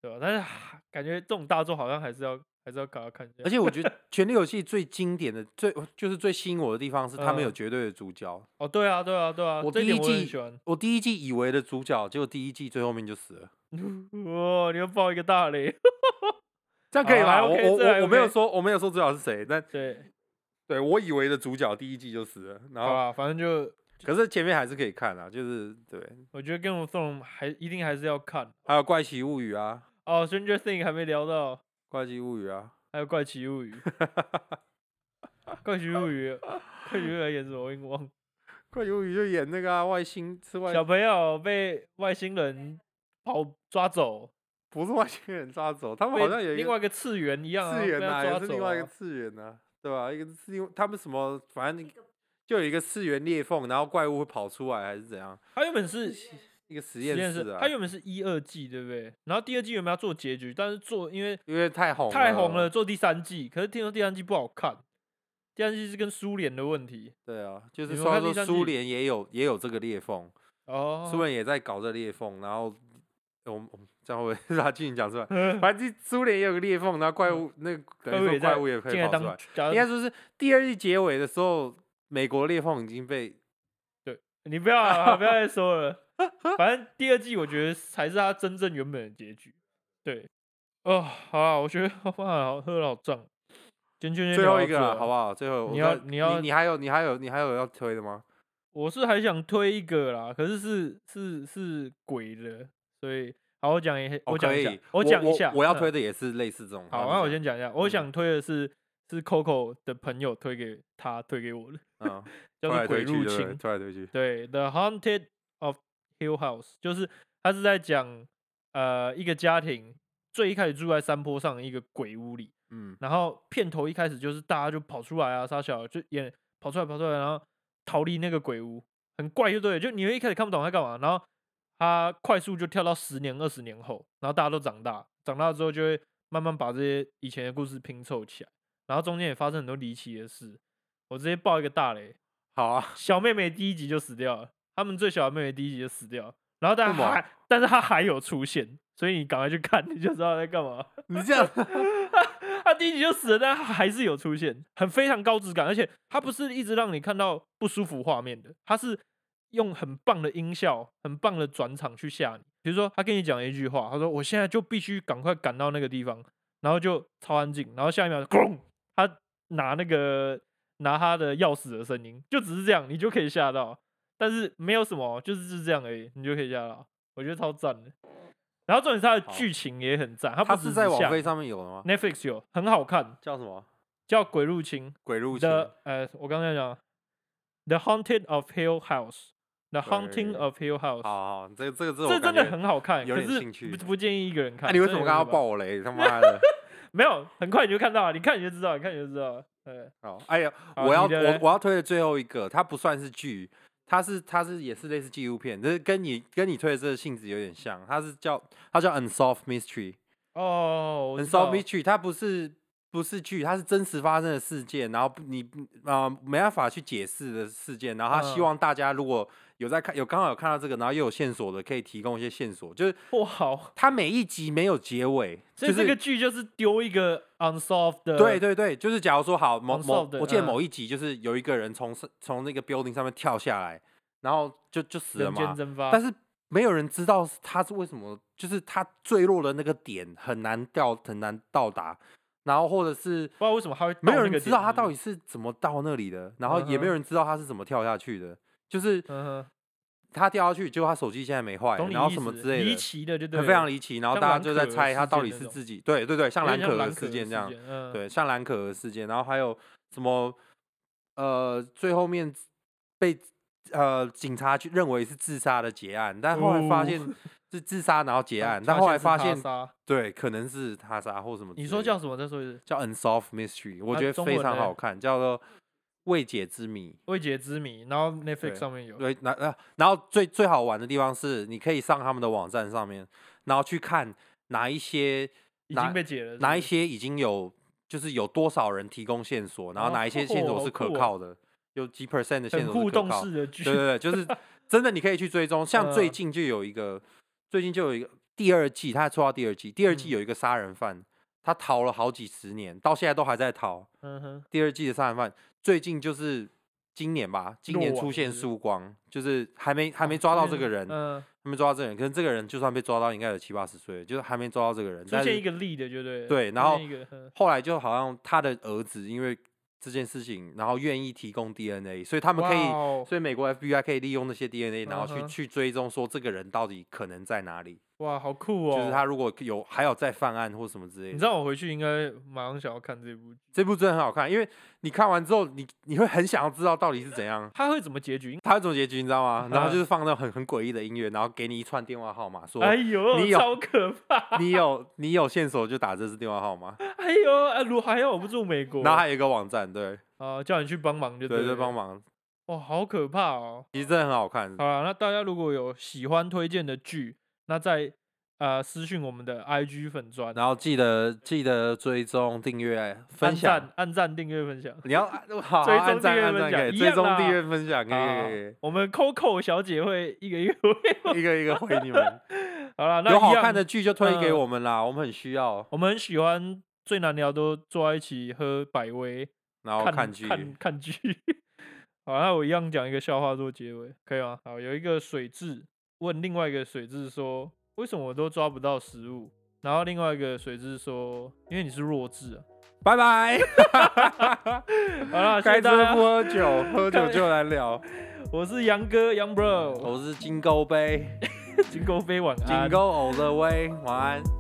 Speaker 2: 对吧？但是啊感觉这种大作好像还是要还是要搞要看一下。
Speaker 1: 而且我觉得《权力游戏》最经典的、最就是最吸引我的地方是他们有
Speaker 2: 嗯
Speaker 1: 绝对的主角。
Speaker 2: 哦，对啊，对啊，对啊，
Speaker 1: 我
Speaker 2: 这
Speaker 1: 第
Speaker 2: 点
Speaker 1: 一
Speaker 2: 我很
Speaker 1: 季
Speaker 2: 喜欢。
Speaker 1: 我第一季以为的主角，结果第一季最后面就死了，
Speaker 2: 哇，你又爆一个大雷。
Speaker 1: 这样可以
Speaker 2: 好还
Speaker 1: 吗？啊我
Speaker 2: OK，
Speaker 1: 我
Speaker 2: 这还
Speaker 1: 我我没有
Speaker 2: OK
Speaker 1: 说我没有说主角是谁，但
Speaker 2: 对，
Speaker 1: 对我以为的主角第一季就死了，然
Speaker 2: 好
Speaker 1: 后
Speaker 2: 吧，反正就
Speaker 1: 可是前面还是可以看啊，就是对，
Speaker 2: 我觉得《Game of Thrones》还一定还是要看。
Speaker 1: 还有《怪奇物语》啊，
Speaker 2: 哦，《Stranger Things》还没聊到，
Speaker 1: 《怪奇物语》啊，
Speaker 2: 还有怪奇 物语怪奇物语《怪奇物语》，《怪奇物语》演什么？我已经忘了。
Speaker 1: 《怪奇物语》就演那个啊，外星是外
Speaker 2: 小朋友被外星人跑抓走，
Speaker 1: 不是外星人抓走，他们
Speaker 2: 被
Speaker 1: 好像有一
Speaker 2: 另
Speaker 1: 个
Speaker 2: 外一个次元一样、啊，
Speaker 1: 次元
Speaker 2: 被他
Speaker 1: 啊，也
Speaker 2: 抓走、
Speaker 1: 是
Speaker 2: 啊。
Speaker 1: 另外一个次元啊，对吧、一个是另他们什么，反正就有一个次元裂缝，然后怪物会跑出来还是怎样，
Speaker 2: 他原本是
Speaker 1: 一个实
Speaker 2: 实验
Speaker 1: 验
Speaker 2: 室
Speaker 1: 室，啊
Speaker 2: 他，原本是一二季，对不对？然后第二季原本要做结局，但是做因为
Speaker 1: 因为太红
Speaker 2: 太红了，，做第三季，可是听说第三季不好看，第三季是跟苏联的问题
Speaker 1: 对啊，就
Speaker 2: 你
Speaker 1: 是
Speaker 2: 们
Speaker 1: 说
Speaker 2: 看
Speaker 1: 他
Speaker 2: 第
Speaker 1: 说
Speaker 2: 三季
Speaker 1: 苏联也有也有这个裂缝，
Speaker 2: 哦。
Speaker 1: 苏联也在搞这裂缝，然后我们我们这样会 不会把剧情讲出 来？
Speaker 2: 联
Speaker 1: 反正苏联也有个裂缝，然后怪
Speaker 2: 嗯
Speaker 1: 物那个
Speaker 2: 怪
Speaker 1: 等
Speaker 2: 物
Speaker 1: 于说
Speaker 2: 也在
Speaker 1: 怪物也可
Speaker 2: 进
Speaker 1: 以
Speaker 2: 来
Speaker 1: 跑出
Speaker 2: 当
Speaker 1: 来。
Speaker 2: 假
Speaker 1: 应该说是第二季结尾的时候，美国裂缝已经被
Speaker 2: 你不要啊，不 要再说了。反正第二季我觉得才是他真正原本的结局。对，哦，好啊，我觉得哇，好喝了好胀。今天就先
Speaker 1: 最
Speaker 2: 聊
Speaker 1: 后
Speaker 2: 到
Speaker 1: 一个
Speaker 2: 这
Speaker 1: 了，好
Speaker 2: 啊
Speaker 1: 不好？最后
Speaker 2: 你
Speaker 1: 我
Speaker 2: 要
Speaker 1: 再
Speaker 2: 你要
Speaker 1: 你还有你还有你还有要推的吗？
Speaker 2: 我是还想推一个啦，可是是是是鬼的，所以好，我讲一下，
Speaker 1: 哦
Speaker 2: 我讲
Speaker 1: 可
Speaker 2: 一下
Speaker 1: 以，
Speaker 2: 我讲一下
Speaker 1: 我要
Speaker 2: 嗯
Speaker 1: 推的也是类似这种。
Speaker 2: 好，那
Speaker 1: 那
Speaker 2: 我先，讲一下，我
Speaker 1: 嗯
Speaker 2: 想推的是是 Coco 的朋友推给他推给我的，
Speaker 1: 嗯，
Speaker 2: 叫
Speaker 1: 推
Speaker 2: 做《
Speaker 1: 来
Speaker 2: 鬼
Speaker 1: 推
Speaker 2: 入
Speaker 1: 去，对不对，
Speaker 2: 侵
Speaker 1: 推来推去，
Speaker 2: 对，《The Haunted of Hill House》，就是他是在讲呃一个家庭最一开始住在山坡上的一个鬼屋里，
Speaker 1: 嗯，
Speaker 2: 然后片头一开始就是大家就跑出来啊，傻小就演跑出来跑出来，然后逃离那个鬼屋，很怪就对了，就你会一开始看不懂他干嘛，然后他快速就跳到十年二十年后，然后大家都长大，长大之后就会慢慢把这些以前的故事拼凑起来，然后中间也发生很多离奇的事，我直接爆一个大雷，
Speaker 1: 好啊，
Speaker 2: 小妹妹第一集就死掉了，他们最小的妹妹第一集就死掉了，然后但
Speaker 1: 为什么啊
Speaker 2: 还但是她还有出现，所以你赶快去看，你就知道她在干嘛。
Speaker 1: 你这样
Speaker 2: 她第一集就死了，但她还是有出现，很非常高质感，而且她不是一直让你看到不舒服画面的，她是用很棒的音效、很棒的转场去吓你。比如说，她跟你讲了一句话，她说：“我现在就必须赶快赶到那个地方。”然后就超安静，然后下一秒就咣，他拿那个拿他的钥匙的声音，就只是这样，你就可以吓到，但是没有什么，就是就是这样而已，你就可以吓到，我觉得超赞的。然后重点是它的
Speaker 1: 好
Speaker 2: 剧情也很赞，它不
Speaker 1: 他
Speaker 2: 只
Speaker 1: 是在网
Speaker 2: 吓
Speaker 1: 飞上面有的吗？
Speaker 2: Netflix 有很好看，
Speaker 1: 叫什么？
Speaker 2: 叫《鬼入侵
Speaker 1: 鬼》入侵？
Speaker 2: 的呃，我刚才讲《The Haunted of Hill House》，《The
Speaker 1: 对对对
Speaker 2: Haunting of Hill House》，
Speaker 1: 好好，这个这个这
Speaker 2: 这
Speaker 1: 我
Speaker 2: 真
Speaker 1: 感
Speaker 2: 的
Speaker 1: 觉。
Speaker 2: 很好看，
Speaker 1: 有
Speaker 2: 可
Speaker 1: 点
Speaker 2: 是
Speaker 1: 兴趣
Speaker 2: 不不建议一个人看。
Speaker 1: 那你为什
Speaker 2: 真
Speaker 1: 么
Speaker 2: 的
Speaker 1: 刚刚
Speaker 2: 有点可怕
Speaker 1: 爆我雷？他妈的！
Speaker 2: 没有，很快你就看到了，你看你就知道，你看你就知道了。呃，
Speaker 1: 好，哎呀，
Speaker 2: 好
Speaker 1: 我要
Speaker 2: 你的嘞
Speaker 1: 我我要推的最后一个，它不算是剧，它是它是也是类似纪录片，就是跟你跟你推的这个性质有点像，它是叫它叫 Unsolved Mystery。
Speaker 2: 哦，我知道
Speaker 1: Unsolved Mystery 它不是不是剧，它是真实发生的事件，然后不你啊、呃、没办法去解释的事件，然后他希
Speaker 2: 嗯
Speaker 1: 望大家如果有在看有刚好有看到这个，然后又有线索的，可以提供一些线索，就是
Speaker 2: 哇，好，
Speaker 1: 它每一集没有结尾，
Speaker 2: 所以
Speaker 1: 就
Speaker 2: 这
Speaker 1: 是
Speaker 2: 个剧就是丢一个 unsolved 的，
Speaker 1: 对，对对，就是假如说好某某
Speaker 2: Unsolved，的，
Speaker 1: 我记得
Speaker 2: 嗯
Speaker 1: 某一集就是有一个人从上从那个 building 上面跳下来，然后就就死了
Speaker 2: 人间
Speaker 1: 嘛，
Speaker 2: 蒸发。
Speaker 1: 但是没有人知道是他是为什么，就是他坠落的那个点很难掉，很难到达，然后或者是
Speaker 2: 不知道为什么他会到
Speaker 1: 没有
Speaker 2: 那
Speaker 1: 人
Speaker 2: 个
Speaker 1: 知道
Speaker 2: 点
Speaker 1: 他
Speaker 2: 是
Speaker 1: 到
Speaker 2: 不
Speaker 1: 底
Speaker 2: 是，
Speaker 1: 是怎么到那里的，然后也
Speaker 2: 嗯
Speaker 1: 没
Speaker 2: 哼
Speaker 1: 有人知道他是怎么跳下去的，就是
Speaker 2: 嗯哼，
Speaker 1: 他掉下去，结果他手机现在没坏，
Speaker 2: 懂你
Speaker 1: 然后
Speaker 2: 意
Speaker 1: 什么
Speaker 2: 思
Speaker 1: 之类
Speaker 2: 离
Speaker 1: 的。
Speaker 2: 奇的就对了，
Speaker 1: 很非常离奇，然后
Speaker 2: 像
Speaker 1: 大家
Speaker 2: 蓝
Speaker 1: 就
Speaker 2: 可
Speaker 1: 在
Speaker 2: 儿
Speaker 1: 猜他
Speaker 2: 事
Speaker 1: 到底
Speaker 2: 件那
Speaker 1: 是
Speaker 2: 种
Speaker 1: 自己对对对，像
Speaker 2: 有
Speaker 1: 蓝
Speaker 2: 点像
Speaker 1: 可
Speaker 2: 蓝
Speaker 1: 儿
Speaker 2: 可
Speaker 1: 事
Speaker 2: 儿
Speaker 1: 件这样，，
Speaker 2: 嗯，
Speaker 1: 对，像蓝可儿事件，然后还有什么呃，最后面被呃警察去认为是自杀的结案，但后来发
Speaker 2: 哦
Speaker 1: 现 是自杀然后结
Speaker 2: 啊
Speaker 1: 案，但后来
Speaker 2: 是
Speaker 1: 发
Speaker 2: 他
Speaker 1: 现
Speaker 2: 杀
Speaker 1: 对可能是他杀或什么之类的。
Speaker 2: 你说叫什么？再说一次，
Speaker 1: 叫 Unsolved Mystery，我
Speaker 2: 啊
Speaker 1: 觉得
Speaker 2: 中
Speaker 1: 非
Speaker 2: 文
Speaker 1: 常
Speaker 2: 嘞
Speaker 1: 好看，叫做未解之谜。
Speaker 2: 未解之谜，然后 Netflix
Speaker 1: 对
Speaker 2: 上面有，
Speaker 1: 对，然呃，然后最最好玩的地方是，你可以上他们的网站上面，然后去看哪一些
Speaker 2: 已
Speaker 1: 哪
Speaker 2: 经被解了，是
Speaker 1: 哪
Speaker 2: 不
Speaker 1: 一
Speaker 2: 是？
Speaker 1: 些已经有，就是有多少人提供线索，然后
Speaker 2: 哦
Speaker 1: 哪一些线
Speaker 2: 好
Speaker 1: 索是可
Speaker 2: 酷哦
Speaker 1: 靠的，有几 percent 的线
Speaker 2: 很
Speaker 1: 索
Speaker 2: 互
Speaker 1: 是可
Speaker 2: 动
Speaker 1: 靠。
Speaker 2: 式的剧，
Speaker 1: 对对对，就是 真的你可以去追踪。像最
Speaker 2: 嗯
Speaker 1: 近就有一个，最近就有一个第二季，他出到第二季，第二季
Speaker 2: 嗯
Speaker 1: 有一个杀人犯，他逃了好几十年，到现在都还在逃。
Speaker 2: 嗯哼，
Speaker 1: 第二季的杀人犯最近就是今年吧，今
Speaker 2: 落
Speaker 1: 年
Speaker 2: 网
Speaker 1: 出现
Speaker 2: 是不是
Speaker 1: 曙光，就是还没还
Speaker 2: 还
Speaker 1: 没抓到这个人，
Speaker 2: 嗯，
Speaker 1: 还没抓到这个人，可是这个人就算被抓到，应该有七八十岁了，就是还没抓到这个人。
Speaker 2: 出
Speaker 1: 但
Speaker 2: 现
Speaker 1: 是
Speaker 2: 一个力的就对了，
Speaker 1: 对
Speaker 2: 出
Speaker 1: 然后
Speaker 2: 现一个嗯
Speaker 1: 后来就好像他的儿子因为这件事情，然后愿意提供 DNA，所以他们可以，
Speaker 2: 哇哦
Speaker 1: 所以美国 FBI 可以利用那些 DNA，然后去、
Speaker 2: 嗯哼
Speaker 1: 去追踪说这个人到底可能在哪里，
Speaker 2: 哇，好酷哦！
Speaker 1: 就是他如果有还有在犯案或什么之类
Speaker 2: 你知
Speaker 1: 的。
Speaker 2: 道我回去应该马上想要看这部剧，
Speaker 1: 这部真的很好看，因为你看完之后，你你会很想要知道到底是怎样。
Speaker 2: 它会怎么结局？
Speaker 1: 他有种结局你知道吗？然后
Speaker 2: 嗯
Speaker 1: 就是放那种很很诡异的音乐，然后给你一串电话号码，说
Speaker 2: 哎呦，
Speaker 1: 你有
Speaker 2: 超可怕！
Speaker 1: 你有你有线索就打这支电话号码，
Speaker 2: 哎呦，啊如还好我不住美国，
Speaker 1: 然后还有一个网站，对
Speaker 2: 啊叫你去帮忙就
Speaker 1: 对
Speaker 2: 对
Speaker 1: 对，帮
Speaker 2: 忙。
Speaker 1: 忙，嗯
Speaker 2: 哇，好可怕哦！
Speaker 1: 其实真的很好看
Speaker 2: 好。了，那大家如果有喜欢推荐的剧，那在呃私讯我们的 IG 粉砖，
Speaker 1: 然后记得记得追踪、订阅、分
Speaker 2: 按
Speaker 1: 享
Speaker 2: 赞、，按赞、订阅、分享。
Speaker 1: 你要好好
Speaker 2: 追
Speaker 1: 按
Speaker 2: 踪订
Speaker 1: 赞
Speaker 2: 阅
Speaker 1: 按
Speaker 2: 分
Speaker 1: 赞
Speaker 2: 享
Speaker 1: 可以，
Speaker 2: 一
Speaker 1: 追
Speaker 2: 样
Speaker 1: 踪
Speaker 2: 啦
Speaker 1: 订阅分享 可以
Speaker 2: 好
Speaker 1: 可以
Speaker 2: 我们 Coco 小姐会 一个一个
Speaker 1: 可以，一个一个回你们。
Speaker 2: 好了， 那
Speaker 1: 有
Speaker 2: 一
Speaker 1: 好
Speaker 2: 样
Speaker 1: 看的剧就推给
Speaker 2: 嗯
Speaker 1: 我们啦，我们很需要。
Speaker 2: 我们很喜欢最难聊都坐在一起喝百威，
Speaker 1: 然后看剧，
Speaker 2: 看看剧。 好，那我一样讲一个笑话做结尾，可以吗？好，有一个水蛭问另外一个水蛭说：“为什么我都抓不到食物？”然后另外一个水蛭说：“因为你是弱智啊。
Speaker 1: 拜拜。”
Speaker 2: 好了，谢
Speaker 1: 该吃
Speaker 2: 谢大家
Speaker 1: 不。喝酒，喝酒
Speaker 2: 看
Speaker 1: 就来聊。
Speaker 2: 我是杨哥杨 bro，
Speaker 1: 我是金钩杯，
Speaker 2: 金钩飞晚
Speaker 1: 金
Speaker 2: 安。
Speaker 1: 钩 all the way，晚安。